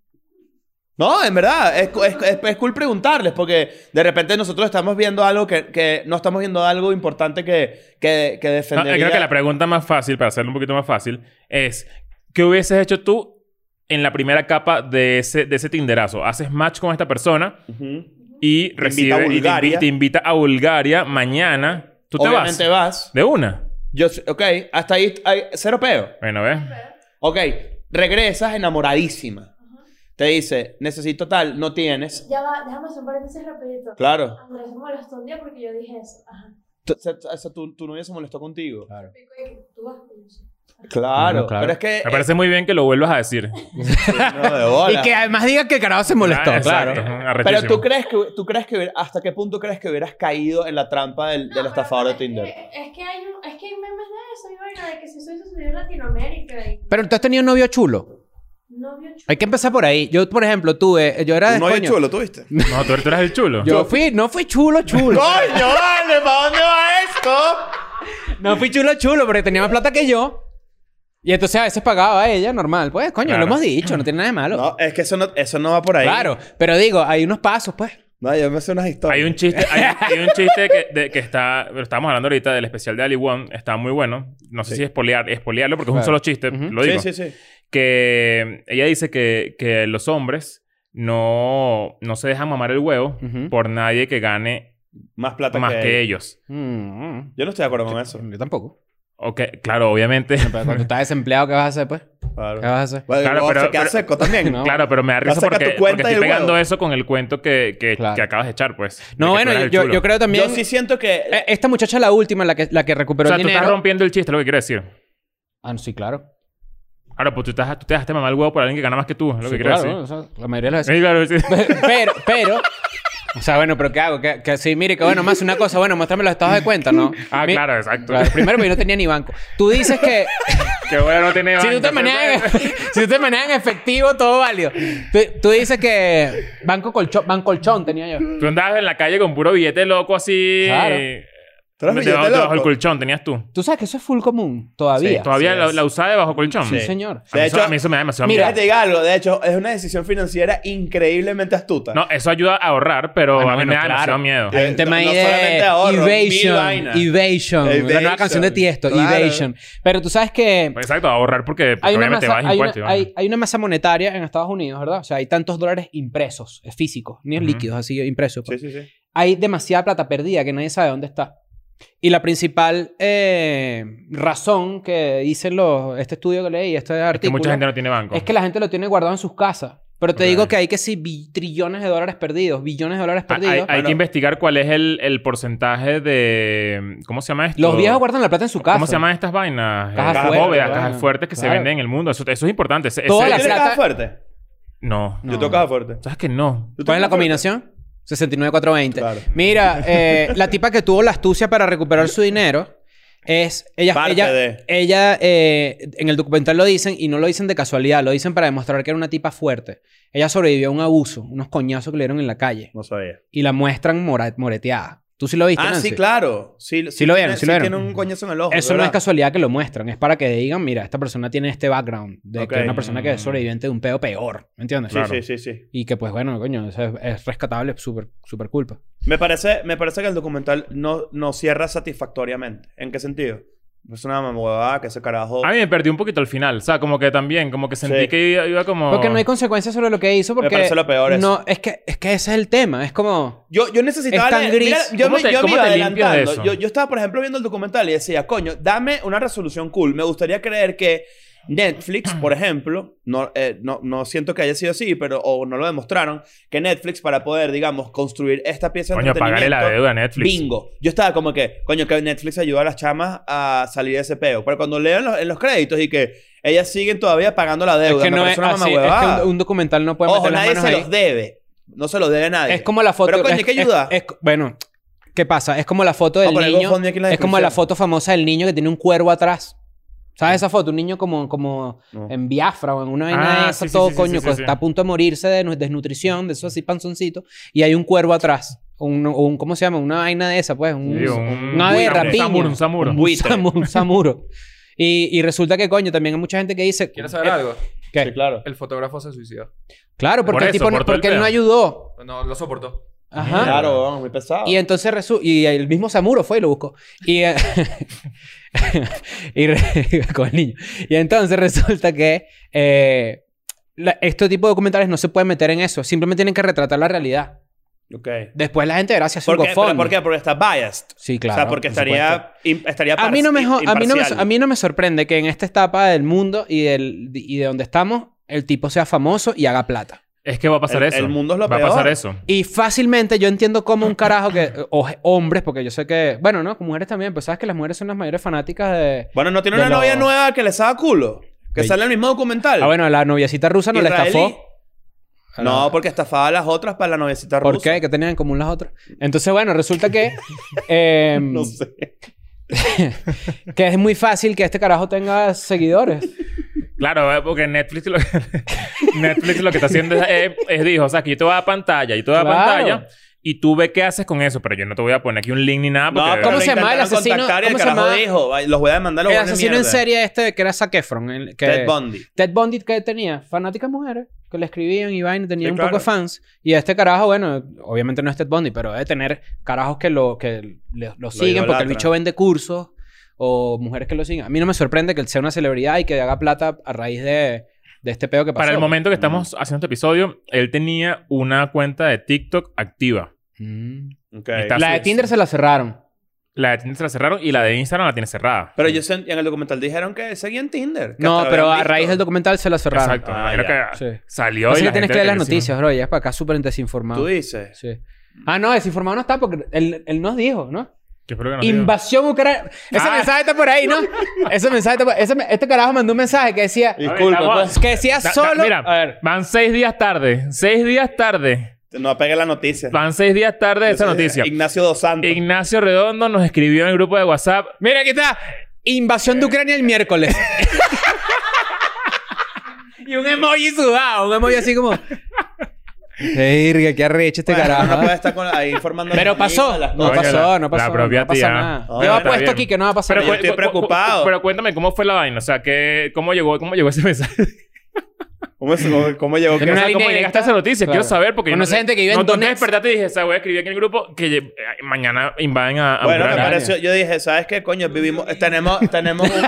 [SPEAKER 4] No, en verdad, es, cu- es, es- es cool preguntarles porque de repente nosotros estamos viendo algo que, que no estamos viendo algo importante que, que, que
[SPEAKER 2] No, eh,
[SPEAKER 4] defendería.
[SPEAKER 2] creo que la pregunta más fácil, para hacerlo un poquito más fácil, es: ¿qué hubieses hecho tú en la primera capa de ese, de ese Tinderazo? Haces match con esta persona
[SPEAKER 4] Ujú.
[SPEAKER 2] y recibe
[SPEAKER 4] a
[SPEAKER 2] y te,
[SPEAKER 4] Bulgaria.
[SPEAKER 2] invi- te invita a Bulgaria mañana. ¿Tú te
[SPEAKER 4] Obviamente
[SPEAKER 2] vas?
[SPEAKER 4] vas.
[SPEAKER 2] ¿De una?
[SPEAKER 4] Yo, ok, hasta ahí hay cero peo.
[SPEAKER 2] Bueno, ¿ves?
[SPEAKER 4] Ok, regresas enamoradísima. Te dice, necesito tal, no tienes.
[SPEAKER 6] Ya va, déjame hacer un paréntesis rapidito.
[SPEAKER 4] Claro.
[SPEAKER 6] Andrés se molestó un día porque yo dije eso. Ajá.
[SPEAKER 4] T- se- o sea, tu, tu novia se molestó contigo.
[SPEAKER 6] Pico de que tú vas a eso.
[SPEAKER 4] Claro,
[SPEAKER 3] Bueno, claro.
[SPEAKER 4] pero es que...
[SPEAKER 2] Me parece muy bien que lo vuelvas a decir.
[SPEAKER 4] No, de bola.
[SPEAKER 3] Y que además diga que el carajo se molestó.
[SPEAKER 2] Ah, exacto.
[SPEAKER 3] claro.
[SPEAKER 4] Pero tú
[SPEAKER 2] Arrechísimo.
[SPEAKER 4] crees que, tú crees que hubiera- hasta qué punto crees que hubieras caído en la trampa del, del
[SPEAKER 6] No, eh,
[SPEAKER 4] estafador de
[SPEAKER 6] pero es
[SPEAKER 4] Tinder.
[SPEAKER 6] que- es, que hay un, es que hay memes de eso, y bueno, de que si eso sucedió en Latinoamérica. Y
[SPEAKER 3] Pero tú has tenido un novio chulo.
[SPEAKER 6] no vio chulo.
[SPEAKER 3] Hay que empezar por ahí. Yo, por ejemplo, tuve. Yo era de. coño,
[SPEAKER 4] tuviste.
[SPEAKER 2] No, tú, tú eres el chulo.
[SPEAKER 3] Yo fui, no fui chulo, chulo.
[SPEAKER 4] ¡Coño, vale! ¿Para dónde va esto?
[SPEAKER 3] no fui chulo, chulo, porque tenía más plata que yo. Y entonces a veces pagaba a ella, normal. Pues, coño,
[SPEAKER 2] Claro.
[SPEAKER 3] lo hemos dicho, no tiene nada de malo.
[SPEAKER 4] No, es que eso no, eso no va por ahí.
[SPEAKER 3] claro, pero digo, hay unos pasos, pues.
[SPEAKER 4] No, yo me sé unas historias.
[SPEAKER 2] Hay un chiste, hay, hay un chiste que, de- que está, pero estábamos hablando ahorita del especial de Ali Wong, está muy bueno. No sé si espolear, espolearlo porque es un
[SPEAKER 3] Claro.
[SPEAKER 2] solo chiste,
[SPEAKER 3] Ujú.
[SPEAKER 2] lo digo.
[SPEAKER 4] Sí, sí, sí.
[SPEAKER 2] Que ella dice que, que los hombres no, no se dejan mamar el huevo
[SPEAKER 3] Ujú.
[SPEAKER 2] por nadie que gane
[SPEAKER 4] Más plata
[SPEAKER 2] más
[SPEAKER 4] que,
[SPEAKER 2] que ellos.
[SPEAKER 3] Mm,
[SPEAKER 4] Yo no estoy de acuerdo con eso.
[SPEAKER 3] Yo tampoco.
[SPEAKER 2] Ok, claro, obviamente.
[SPEAKER 3] Pero cuando estás desempleado, ¿qué vas a hacer, pues?
[SPEAKER 4] Claro.
[SPEAKER 3] ¿Qué vas a hacer?
[SPEAKER 4] Bueno,
[SPEAKER 2] Claro,
[SPEAKER 4] luego
[SPEAKER 2] pero-
[SPEAKER 4] se queda
[SPEAKER 2] pero-
[SPEAKER 4] seco también.
[SPEAKER 3] No.
[SPEAKER 2] Claro, pero me da risa
[SPEAKER 4] saca tu
[SPEAKER 2] porque,
[SPEAKER 4] cuenta
[SPEAKER 2] porque
[SPEAKER 4] y el
[SPEAKER 2] estoy pegando
[SPEAKER 4] huevo.
[SPEAKER 2] eso con el cuento que, que,
[SPEAKER 3] Claro.
[SPEAKER 2] que acabas de echar, pues. de que
[SPEAKER 3] No,
[SPEAKER 2] tú
[SPEAKER 3] bueno,
[SPEAKER 2] eres
[SPEAKER 3] yo,
[SPEAKER 2] el
[SPEAKER 3] yo-
[SPEAKER 2] chulo.
[SPEAKER 3] yo creo también.
[SPEAKER 4] Yo sí siento que...
[SPEAKER 3] Eh, Esta muchacha, la última, la que, la que
[SPEAKER 2] O
[SPEAKER 3] recuperó
[SPEAKER 2] sea,
[SPEAKER 3] el
[SPEAKER 2] tú estás
[SPEAKER 3] dinero.
[SPEAKER 2] rompiendo el chiste, lo que quiero decir.
[SPEAKER 3] Ah, no, sí, claro.
[SPEAKER 2] Ahora, pues tú, estás, tú te dejaste mamar el huevo por alguien que gana más que tú, es lo
[SPEAKER 3] Sí,
[SPEAKER 2] que quiero
[SPEAKER 3] claro,
[SPEAKER 2] decir.
[SPEAKER 3] ¿no? O sea, la mayoría de las
[SPEAKER 2] Sí,
[SPEAKER 3] veces.
[SPEAKER 2] claro, sí.
[SPEAKER 3] pero, pero. O sea, bueno, pero ¿qué hago? Que, que sí, mire, que bueno, más una cosa. Bueno, muéstrame los estados de cuenta, ¿no?
[SPEAKER 2] Ah,
[SPEAKER 3] Mi-
[SPEAKER 2] claro, exacto.
[SPEAKER 3] Claro, primero, porque yo no tenía ni banco. Tú dices que
[SPEAKER 2] que bueno, no tiene
[SPEAKER 3] si, tú
[SPEAKER 2] banca,
[SPEAKER 3] te manejas en, si tú te manejas en efectivo, todo válido. Tú, tú dices que banco colchón, banco colchón tenía yo.
[SPEAKER 2] Tú andabas en la calle con puro billete loco así.
[SPEAKER 3] Claro.
[SPEAKER 4] Pero
[SPEAKER 2] Debajo- Debajo del colchón tenías tú.
[SPEAKER 3] Tú sabes que eso es full común todavía.
[SPEAKER 4] Sí,
[SPEAKER 2] Todavía
[SPEAKER 4] Así
[SPEAKER 2] la,
[SPEAKER 4] es.
[SPEAKER 2] la usaba debajo del colchón.
[SPEAKER 3] Sí,
[SPEAKER 4] Sí.
[SPEAKER 3] señor.
[SPEAKER 2] A mí,
[SPEAKER 4] De
[SPEAKER 2] eso,
[SPEAKER 4] hecho,
[SPEAKER 2] a mí eso me da demasiado
[SPEAKER 3] mira,
[SPEAKER 2] miedo.
[SPEAKER 4] te digo algo, de hecho, es una decisión financiera increíblemente astuta.
[SPEAKER 2] No, eso ayuda a ahorrar, pero
[SPEAKER 3] Bueno,
[SPEAKER 2] a mí
[SPEAKER 3] bueno,
[SPEAKER 2] me da
[SPEAKER 3] claro.
[SPEAKER 2] demasiado miedo.
[SPEAKER 4] Eh,
[SPEAKER 3] Hay un tema
[SPEAKER 4] no-
[SPEAKER 3] ahí
[SPEAKER 4] no
[SPEAKER 3] de
[SPEAKER 4] solamente ahorro, mil
[SPEAKER 3] evasion,
[SPEAKER 4] vainas.
[SPEAKER 3] evasion, La nueva
[SPEAKER 4] Evasion,
[SPEAKER 3] canción de Tiesto,
[SPEAKER 4] claro.
[SPEAKER 3] evasion. Pero tú sabes que
[SPEAKER 2] Pues, Exacto, ahorrar porque
[SPEAKER 3] hay una,
[SPEAKER 2] obviamente
[SPEAKER 3] masa,
[SPEAKER 2] vas
[SPEAKER 3] hay, una,
[SPEAKER 2] impuesto.
[SPEAKER 3] hay- hay una masa monetaria en Estados Unidos, ¿verdad? O sea, hay tantos dólares impresos, eh, físicos, ni en
[SPEAKER 2] Ujú.
[SPEAKER 3] líquidos, así impresos. pues.
[SPEAKER 4] Sí, sí, sí.
[SPEAKER 3] Hay demasiada plata perdida que nadie sabe dónde está. Y la principal eh, razón que dicen los, este estudio que leí, este
[SPEAKER 2] que
[SPEAKER 3] artículo,
[SPEAKER 2] mucha gente no tiene banco.
[SPEAKER 3] es que la gente lo tiene guardado en sus casas. Pero te
[SPEAKER 2] Ok.
[SPEAKER 3] digo que hay que sí, bi- trillones de dólares perdidos, billones de dólares
[SPEAKER 2] Ah,
[SPEAKER 3] perdidos.
[SPEAKER 2] Hay, hay
[SPEAKER 4] Bueno.
[SPEAKER 2] que investigar cuál es el, el porcentaje de. ¿Cómo se llama esto?
[SPEAKER 3] Los viejos guardan la plata en su casa.
[SPEAKER 2] ¿Cómo se llaman estas vainas?
[SPEAKER 3] Cajas
[SPEAKER 2] Cajas
[SPEAKER 4] fuertes,
[SPEAKER 2] bóvedas,
[SPEAKER 3] vaina.
[SPEAKER 2] cajas fuertes que
[SPEAKER 3] Claro.
[SPEAKER 2] se venden en el mundo. Eso, eso es importante. Ese-
[SPEAKER 3] Toda
[SPEAKER 2] ese-
[SPEAKER 3] la
[SPEAKER 4] ¿Tú tienes
[SPEAKER 3] plata-
[SPEAKER 4] caja fuerte?
[SPEAKER 2] No.
[SPEAKER 3] No.
[SPEAKER 4] Yo tengo caja fuerte.
[SPEAKER 2] ¿Sabes que no?
[SPEAKER 4] ¿Tú
[SPEAKER 3] ¿Cuál es
[SPEAKER 4] tienes caja fuerte?
[SPEAKER 3] la combinación? 69-420.
[SPEAKER 4] Claro.
[SPEAKER 3] Mira, eh, la tipa que tuvo la astucia para recuperar su dinero es. Ella.
[SPEAKER 4] Parte
[SPEAKER 3] ella,
[SPEAKER 4] de.
[SPEAKER 3] ella eh, en el documental lo dicen y no lo dicen de casualidad, lo dicen para demostrar que era una tipa fuerte. Ella sobrevivió a un abuso, unos coñazos que le dieron en la calle
[SPEAKER 4] No sabía.
[SPEAKER 3] y la muestran mora- moreteada. ¿Tú sí lo viste?
[SPEAKER 4] Ah,
[SPEAKER 3] Nancy?
[SPEAKER 4] sí, claro. Sí,
[SPEAKER 3] Sí lo vieron, sí lo vieron.
[SPEAKER 4] tiene un coñazo en el ojo.
[SPEAKER 3] Eso no es
[SPEAKER 4] ¿verdad?
[SPEAKER 3] casualidad que lo muestran, es para que digan, mira, esta persona tiene este background de que es
[SPEAKER 4] Ok. Mm.
[SPEAKER 3] una persona que es sobreviviente de un pedo peor, ¿me entiendes?
[SPEAKER 4] Sí, sí, sí, sí.
[SPEAKER 3] Y que pues bueno, coño, eso es, es rescatable, súper super culpa.
[SPEAKER 4] Me parece, me parece que el documental no, no cierra satisfactoriamente. ¿En qué sentido? Es una mamada que ese carajo.
[SPEAKER 2] A mí me perdí un poquito al final. O sea, como que también, como que sentí
[SPEAKER 4] Sí.
[SPEAKER 2] que iba, iba como.
[SPEAKER 3] Porque no hay consecuencias sobre lo que hizo porque...
[SPEAKER 4] parece lo peor eso.
[SPEAKER 3] No, es que, es que ese es el tema, es como...
[SPEAKER 4] Yo, yo necesitaba.
[SPEAKER 3] Es tan
[SPEAKER 4] leer- mira,
[SPEAKER 3] gris.
[SPEAKER 4] yo
[SPEAKER 2] ¿Cómo
[SPEAKER 4] me,
[SPEAKER 2] te-
[SPEAKER 4] yo me
[SPEAKER 2] cómo
[SPEAKER 4] iba
[SPEAKER 2] te limpias de
[SPEAKER 4] adelantando.
[SPEAKER 2] eso?
[SPEAKER 4] Yo, yo estaba, por ejemplo, viendo el documental y decía, coño, dame una resolución cool. Me gustaría creer que Netflix, por ejemplo, no, eh, no, no siento que haya sido así, pero o no lo demostraron, que Netflix, para poder, digamos, construir esta pieza de
[SPEAKER 2] Coño, pagarle la
[SPEAKER 4] entretenimiento,
[SPEAKER 2] deuda a Netflix.
[SPEAKER 4] Bingo. Yo estaba como que, coño, que Netflix ayuda a las chamas a salir de ese peo. Pero cuando leo en los, en los créditos y que ellas siguen todavía pagando la deuda,
[SPEAKER 3] es que
[SPEAKER 4] me
[SPEAKER 3] no es
[SPEAKER 4] parece una
[SPEAKER 3] así, es
[SPEAKER 4] mamahuevada.
[SPEAKER 3] que un, un documental no puede
[SPEAKER 4] Ojo,
[SPEAKER 3] meter las
[SPEAKER 4] nadie
[SPEAKER 3] manos
[SPEAKER 4] se
[SPEAKER 3] ahí.
[SPEAKER 4] los debe. No se los debe a nadie.
[SPEAKER 3] Es como la foto...
[SPEAKER 4] Pero, coño,
[SPEAKER 3] es-
[SPEAKER 4] ¿qué
[SPEAKER 3] es-
[SPEAKER 4] ayuda?
[SPEAKER 3] es- bueno, ¿qué pasa? Es como la foto del
[SPEAKER 4] Vamos a poner
[SPEAKER 3] niño...
[SPEAKER 4] GoFundMe aquí en la
[SPEAKER 3] Es como la
[SPEAKER 4] descripción. Mm.
[SPEAKER 3] foto famosa del niño que tiene un cuervo atrás. ¿Sabes esa foto? Un niño como, como
[SPEAKER 4] No.
[SPEAKER 3] en Biafra o en una vaina
[SPEAKER 2] Ah,
[SPEAKER 3] de esa,
[SPEAKER 2] sí, sí,
[SPEAKER 3] todo
[SPEAKER 2] sí, sí,
[SPEAKER 3] coño,
[SPEAKER 2] sí,
[SPEAKER 3] que
[SPEAKER 2] sí.
[SPEAKER 3] está a punto de morirse de nu- desnutrición, de eso así panzoncito, y hay un cuervo atrás. O un, o un- ¿cómo se llama? Una vaina de esa, pues. Un,
[SPEAKER 2] Sí, un-
[SPEAKER 3] un ave
[SPEAKER 2] un
[SPEAKER 3] rapiña.
[SPEAKER 2] samuro, un samuro.
[SPEAKER 3] Un
[SPEAKER 4] Buitre.
[SPEAKER 3] samu- un samuro. Y, y resulta que, coño, también hay mucha gente que dice...
[SPEAKER 5] ¿Quieres saber
[SPEAKER 3] eh,
[SPEAKER 5] algo?
[SPEAKER 3] ¿qué?
[SPEAKER 4] Sí, claro.
[SPEAKER 5] El fotógrafo se suicidó.
[SPEAKER 3] Claro, porque
[SPEAKER 2] Por
[SPEAKER 3] el
[SPEAKER 2] eso,
[SPEAKER 3] tipo no,
[SPEAKER 2] por todo el
[SPEAKER 3] porque él
[SPEAKER 2] pedo.
[SPEAKER 3] no ayudó.
[SPEAKER 5] No, lo soportó.
[SPEAKER 3] Ajá.
[SPEAKER 2] Mierda.
[SPEAKER 4] Claro, vamos, muy pesado.
[SPEAKER 3] Ah. Y entonces resu- y el mismo Samuro fue y lo buscó. Y, eh, y re- con el niño. Y entonces resulta que eh, la- este tipo de documentales no se pueden meter en eso. Simplemente tienen que retratar la realidad.
[SPEAKER 4] Ok.
[SPEAKER 3] Después la gente, gracias a
[SPEAKER 4] ¿Por
[SPEAKER 3] su
[SPEAKER 4] qué? Pero,
[SPEAKER 3] GoFundMe.
[SPEAKER 4] ¿Por qué? Porque está biased.
[SPEAKER 3] Sí, claro.
[SPEAKER 4] o sea, porque
[SPEAKER 3] por supuesto.
[SPEAKER 4] estaría, im- estaría
[SPEAKER 3] A mí, no me,
[SPEAKER 4] par-
[SPEAKER 3] jo- a, mí no me,
[SPEAKER 4] imparcial.
[SPEAKER 3] a mí no me sorprende que en esta etapa del mundo y, del, y de donde estamos, el tipo sea famoso y haga plata.
[SPEAKER 2] Es que va a pasar
[SPEAKER 4] El-
[SPEAKER 2] eso.
[SPEAKER 4] el mundo es lo
[SPEAKER 2] Va a
[SPEAKER 4] peor.
[SPEAKER 2] pasar eso.
[SPEAKER 3] Y fácilmente yo entiendo cómo un carajo que... O je- hombres, porque yo sé que... Bueno, ¿no? Con mujeres también. Pues sabes que las mujeres son las mayores fanáticas de...
[SPEAKER 4] Bueno, no tiene
[SPEAKER 3] de
[SPEAKER 4] una
[SPEAKER 3] lo-
[SPEAKER 4] novia nueva que le haga culo. Que
[SPEAKER 3] Bello.
[SPEAKER 4] sale en el mismo documental.
[SPEAKER 3] Ah, bueno, la noviecita rusa no la
[SPEAKER 4] Israelí.
[SPEAKER 3] estafó. Ah.
[SPEAKER 4] No, porque estafaba a las otras para la noviecita rusa.
[SPEAKER 3] ¿Por qué? ¿Qué tenían en común las otras? Entonces, bueno, resulta que... em,
[SPEAKER 4] No sé.
[SPEAKER 3] Que es muy fácil que este carajo tenga seguidores.
[SPEAKER 2] Claro, eh, porque Netflix lo, Netflix lo que está haciendo es, eh, es, dijo, o sea, que yo te voy a dar pantalla, yo te voy a dar
[SPEAKER 3] Claro.
[SPEAKER 2] pantalla y tú ve qué haces con eso, pero yo no te voy a poner aquí un link ni nada porque...
[SPEAKER 4] No,
[SPEAKER 3] Ah, ¿cómo
[SPEAKER 4] ¿cómo
[SPEAKER 3] se
[SPEAKER 4] se
[SPEAKER 3] llama
[SPEAKER 4] llama
[SPEAKER 3] el asesino?
[SPEAKER 4] Contactar y el
[SPEAKER 3] ¿Cómo se
[SPEAKER 4] carajo
[SPEAKER 3] llama?
[SPEAKER 4] dijo, "Ay, los voy a demandar. los
[SPEAKER 3] el
[SPEAKER 4] van a
[SPEAKER 3] asesino en
[SPEAKER 4] mierda".
[SPEAKER 3] serie este que era Zac Efron. el que,
[SPEAKER 4] Ted Bundy.
[SPEAKER 3] Ted Bundy que tenía fanáticas mujeres que le escribían y vaina, tenía
[SPEAKER 4] Sí,
[SPEAKER 3] un
[SPEAKER 4] claro.
[SPEAKER 3] poco de fans. Y este carajo, bueno, obviamente no es Ted Bundy, pero debe tener carajos que lo, que le- lo, siguen porque el
[SPEAKER 4] idolatran.
[SPEAKER 3] bicho vende cursos o mujeres que lo siguen. A mí no me sorprende que él sea una celebridad y que haga plata a raíz de, de este pedo que pasó.
[SPEAKER 2] Para el momento que estamos haciendo este episodio, él tenía una cuenta de TikTok activa.
[SPEAKER 3] Mm.
[SPEAKER 4] Ok.
[SPEAKER 2] Está-
[SPEAKER 3] La de
[SPEAKER 2] es.
[SPEAKER 3] Tinder se la cerraron.
[SPEAKER 2] La de Tinder se la cerraron y la de Instagram la tiene cerrada.
[SPEAKER 4] Pero yo sen- en el documental dijeron que seguían Tinder. que
[SPEAKER 3] No,
[SPEAKER 4] hasta lo
[SPEAKER 3] pero
[SPEAKER 4] habían
[SPEAKER 3] a
[SPEAKER 4] visto.
[SPEAKER 3] raíz del documental se la cerraron.
[SPEAKER 2] Exacto.
[SPEAKER 4] Ah,
[SPEAKER 2] Creo
[SPEAKER 4] ya.
[SPEAKER 2] que
[SPEAKER 3] Sí.
[SPEAKER 2] salió y
[SPEAKER 3] Así que
[SPEAKER 2] la
[SPEAKER 3] tienes
[SPEAKER 2] gente
[SPEAKER 3] que leer las
[SPEAKER 2] le decimos-
[SPEAKER 3] noticias, bro. Ya es para acá súper
[SPEAKER 4] Tú
[SPEAKER 3] desinformado.
[SPEAKER 4] dices.
[SPEAKER 3] Sí. Ah, no, desinformado no está porque él, él nos dijo, ¿no?
[SPEAKER 2] Yo espero que no te digan.
[SPEAKER 3] Invasión ucraniana. Ese
[SPEAKER 2] Ah.
[SPEAKER 3] mensaje está por ahí, ¿no? Ese mensaje está por ese me- Este carajo mandó un mensaje que decía.
[SPEAKER 2] ver,
[SPEAKER 4] Disculpa,
[SPEAKER 2] estamos-
[SPEAKER 4] pues.
[SPEAKER 3] Que decía
[SPEAKER 2] Da- da-
[SPEAKER 3] solo.
[SPEAKER 2] mira,
[SPEAKER 3] A ver.
[SPEAKER 2] van seis días tarde. Seis días tarde.
[SPEAKER 4] No pegué la noticia.
[SPEAKER 2] Van seis días tarde de esa noticia.
[SPEAKER 4] Ignacio Dos Santos.
[SPEAKER 2] Ignacio Redondo nos escribió en el grupo de WhatsApp.
[SPEAKER 3] Mira, aquí está. Invasión de Ucrania el miércoles. y un emoji sudado. Un emoji así como. Verga, qué arrecho este
[SPEAKER 4] Bueno,
[SPEAKER 3] carajo.
[SPEAKER 4] No puede estar con- ahí formando...
[SPEAKER 3] Pero pasó.
[SPEAKER 4] las
[SPEAKER 3] No
[SPEAKER 2] Coño,
[SPEAKER 4] cosas.
[SPEAKER 3] pasó,
[SPEAKER 2] la-
[SPEAKER 3] no pasó.
[SPEAKER 2] la propia
[SPEAKER 3] no pasa
[SPEAKER 2] tía.
[SPEAKER 3] nada.
[SPEAKER 4] Ah,
[SPEAKER 3] Yo
[SPEAKER 4] está
[SPEAKER 3] apuesto
[SPEAKER 2] bien.
[SPEAKER 3] aquí que no va a pasar
[SPEAKER 4] Pero
[SPEAKER 3] nada.
[SPEAKER 4] estoy
[SPEAKER 2] cu- cu-
[SPEAKER 4] preocupado.
[SPEAKER 2] Pero cuéntame, ¿cómo fue la vaina? O sea, ¿qué, ¿cómo llegó cómo llegó ese mensaje?
[SPEAKER 4] ¿Cómo, es- cómo- cómo llegó?
[SPEAKER 2] O
[SPEAKER 4] que-
[SPEAKER 3] Tenía una
[SPEAKER 2] sea,
[SPEAKER 3] línea
[SPEAKER 2] ¿Cómo llegaste
[SPEAKER 3] directa?
[SPEAKER 2] a esa noticia?
[SPEAKER 3] Claro.
[SPEAKER 2] Quiero saber porque... yo
[SPEAKER 3] Conocí
[SPEAKER 2] sé-
[SPEAKER 3] gente que vive en
[SPEAKER 2] no, tú te
[SPEAKER 3] Donetsk.
[SPEAKER 2] despertaste y dije, esa voy a escribir aquí en el grupo que lle- eh, mañana invaden a, a
[SPEAKER 3] Ah,
[SPEAKER 4] Bueno, me
[SPEAKER 2] Ucrania".
[SPEAKER 4] pareció, yo dije, ¿sabes qué, coño? Vivimos, tenemos, tenemos un...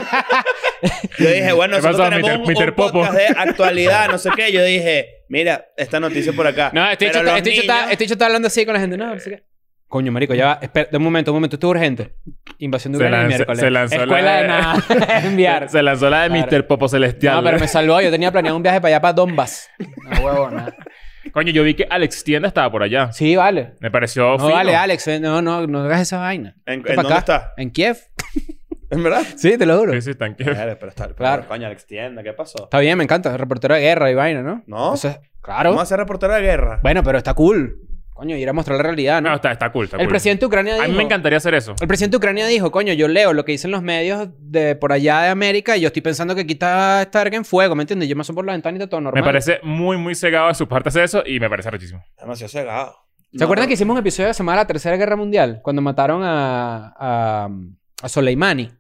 [SPEAKER 4] Yo dije, bueno,
[SPEAKER 2] ¿Qué pasó,
[SPEAKER 4] nosotros tenemos
[SPEAKER 2] Mr.
[SPEAKER 4] un,
[SPEAKER 2] Mr.
[SPEAKER 4] un
[SPEAKER 2] Popo?
[SPEAKER 4] podcast de actualidad, no sé qué. Yo dije, mira, esta noticia por acá.
[SPEAKER 3] No, este
[SPEAKER 4] Pero
[SPEAKER 3] hecho está,
[SPEAKER 4] los
[SPEAKER 3] este bicho está-
[SPEAKER 4] niños-
[SPEAKER 3] este bicho está hablando así con la gente. No, no sé qué. Coño, marico, ya va. Espera, de un momento, un momento. Esto es urgente. Invasión de
[SPEAKER 2] Se
[SPEAKER 3] Ucrania el
[SPEAKER 2] lanzó-
[SPEAKER 3] miércoles.
[SPEAKER 2] se lanzó la-
[SPEAKER 3] Escuela de nada. Enviar.
[SPEAKER 2] Se lanzó la de
[SPEAKER 3] Claro.
[SPEAKER 2] Mr. Popo Celestial.
[SPEAKER 3] No, pero me salvó. Yo tenía planeado un viaje para allá, para Donbass. No, huevo, nada.
[SPEAKER 2] Coño, yo vi que Alex Tienda estaba por allá.
[SPEAKER 3] Sí, vale.
[SPEAKER 2] Me pareció
[SPEAKER 3] No,
[SPEAKER 2] fino.
[SPEAKER 3] vale, Alex. eh, No, no, no hagas esa vaina.
[SPEAKER 4] ¿En,
[SPEAKER 3] Vete
[SPEAKER 4] en
[SPEAKER 3] pa'
[SPEAKER 4] dónde
[SPEAKER 3] acá.
[SPEAKER 4] está?
[SPEAKER 3] En Kiev.
[SPEAKER 4] ¿En verdad?
[SPEAKER 3] Sí, te lo juro.
[SPEAKER 2] Sí, sí, están que-
[SPEAKER 4] Claro, pero está...
[SPEAKER 3] Claro.
[SPEAKER 4] Claro. Coño, Alex Tienda, ¿qué pasó?
[SPEAKER 3] Está bien, me encanta. Reportero de guerra y vaina, ¿no?
[SPEAKER 4] No.
[SPEAKER 3] Eso es-
[SPEAKER 4] Vamos
[SPEAKER 3] claro.
[SPEAKER 4] a ser reportero de guerra.
[SPEAKER 3] Bueno, pero está cool. Coño, ir a mostrar la realidad, ¿no?
[SPEAKER 2] No, está, está cool, está
[SPEAKER 3] el
[SPEAKER 2] cool.
[SPEAKER 3] presidente de Ucrania dijo...
[SPEAKER 2] A mí me encantaría hacer eso.
[SPEAKER 3] El presidente de Ucrania dijo, coño, yo leo lo que dicen los medios de por allá de América y yo estoy pensando que aquí está esta verga en fuego, ¿me entiendes? Yo me asomo por la ventana y está todo normal.
[SPEAKER 2] Me parece muy, muy cegado de su parte hacer eso y me parece rechísimo.
[SPEAKER 4] Demasiado cegado.
[SPEAKER 3] ¿Se acuerdan que hicimos un episodio de semana de la Tercera Guerra Mundial? Cuando mataron a... a, a Soleimani.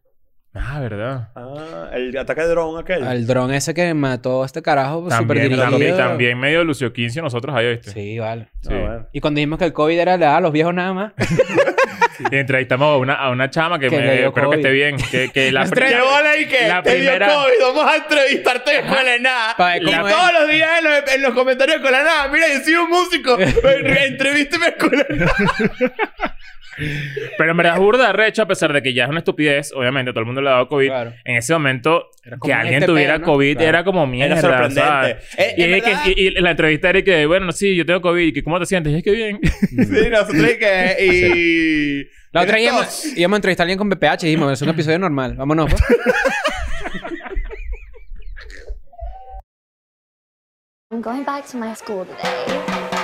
[SPEAKER 2] Ah, ¿verdad?
[SPEAKER 4] Ah, el ataque de dron aquel.
[SPEAKER 3] Al dron ese que mató a este carajo súper
[SPEAKER 2] También,
[SPEAKER 3] dirigido.
[SPEAKER 2] también, también medio Lucio 15 nosotros ahí, ¿viste?
[SPEAKER 3] Sí, vale.
[SPEAKER 4] Ah,
[SPEAKER 2] sí.
[SPEAKER 4] bueno.
[SPEAKER 3] Y cuando dijimos que el COVID era la edad a los viejos nada más.
[SPEAKER 2] Y entrevistamos a una, a una chama que,
[SPEAKER 3] Que
[SPEAKER 2] me,
[SPEAKER 3] le dio
[SPEAKER 2] espero
[SPEAKER 3] COVID.
[SPEAKER 2] que esté bien. Que, que la,
[SPEAKER 3] Nosotros-
[SPEAKER 2] pri-
[SPEAKER 3] ¿Qué
[SPEAKER 4] bola y que
[SPEAKER 2] La primera-
[SPEAKER 4] Vamos a entrevistarte de escuela de nada.
[SPEAKER 3] Pa' ver
[SPEAKER 4] Y
[SPEAKER 3] cómo es.
[SPEAKER 4] los días en los, en los comentarios de escuela de nada. Mira, yo soy un músico. Re- Entrevísteme de escuela de nada.
[SPEAKER 2] Pero en verdad, burda recho, a pesar de que ya es una estupidez, obviamente, todo el mundo le ha dado COVID.
[SPEAKER 3] Claro.
[SPEAKER 2] En ese momento, que
[SPEAKER 3] como
[SPEAKER 2] alguien
[SPEAKER 3] este
[SPEAKER 2] tuviera
[SPEAKER 3] pedo, ¿no?
[SPEAKER 2] COVID
[SPEAKER 3] Claro.
[SPEAKER 2] era como mierda.
[SPEAKER 4] sorprendente.
[SPEAKER 2] ¿sabes?
[SPEAKER 4] Eh,
[SPEAKER 2] y,
[SPEAKER 4] en
[SPEAKER 2] es que-
[SPEAKER 4] verdad-
[SPEAKER 2] y- y la entrevista era que, bueno, sí, yo tengo COVID. que ¿Cómo te sientes? Y es que bien.
[SPEAKER 4] Sí, nosotros y que... Y...
[SPEAKER 3] La otra
[SPEAKER 4] ¿Tienes
[SPEAKER 3] íbamos,
[SPEAKER 4] tos?
[SPEAKER 3] íbamos a entrevistar a alguien con BPH y dijimos, es un episodio normal, vámonos. pues".
[SPEAKER 1] I'm going back to my school today.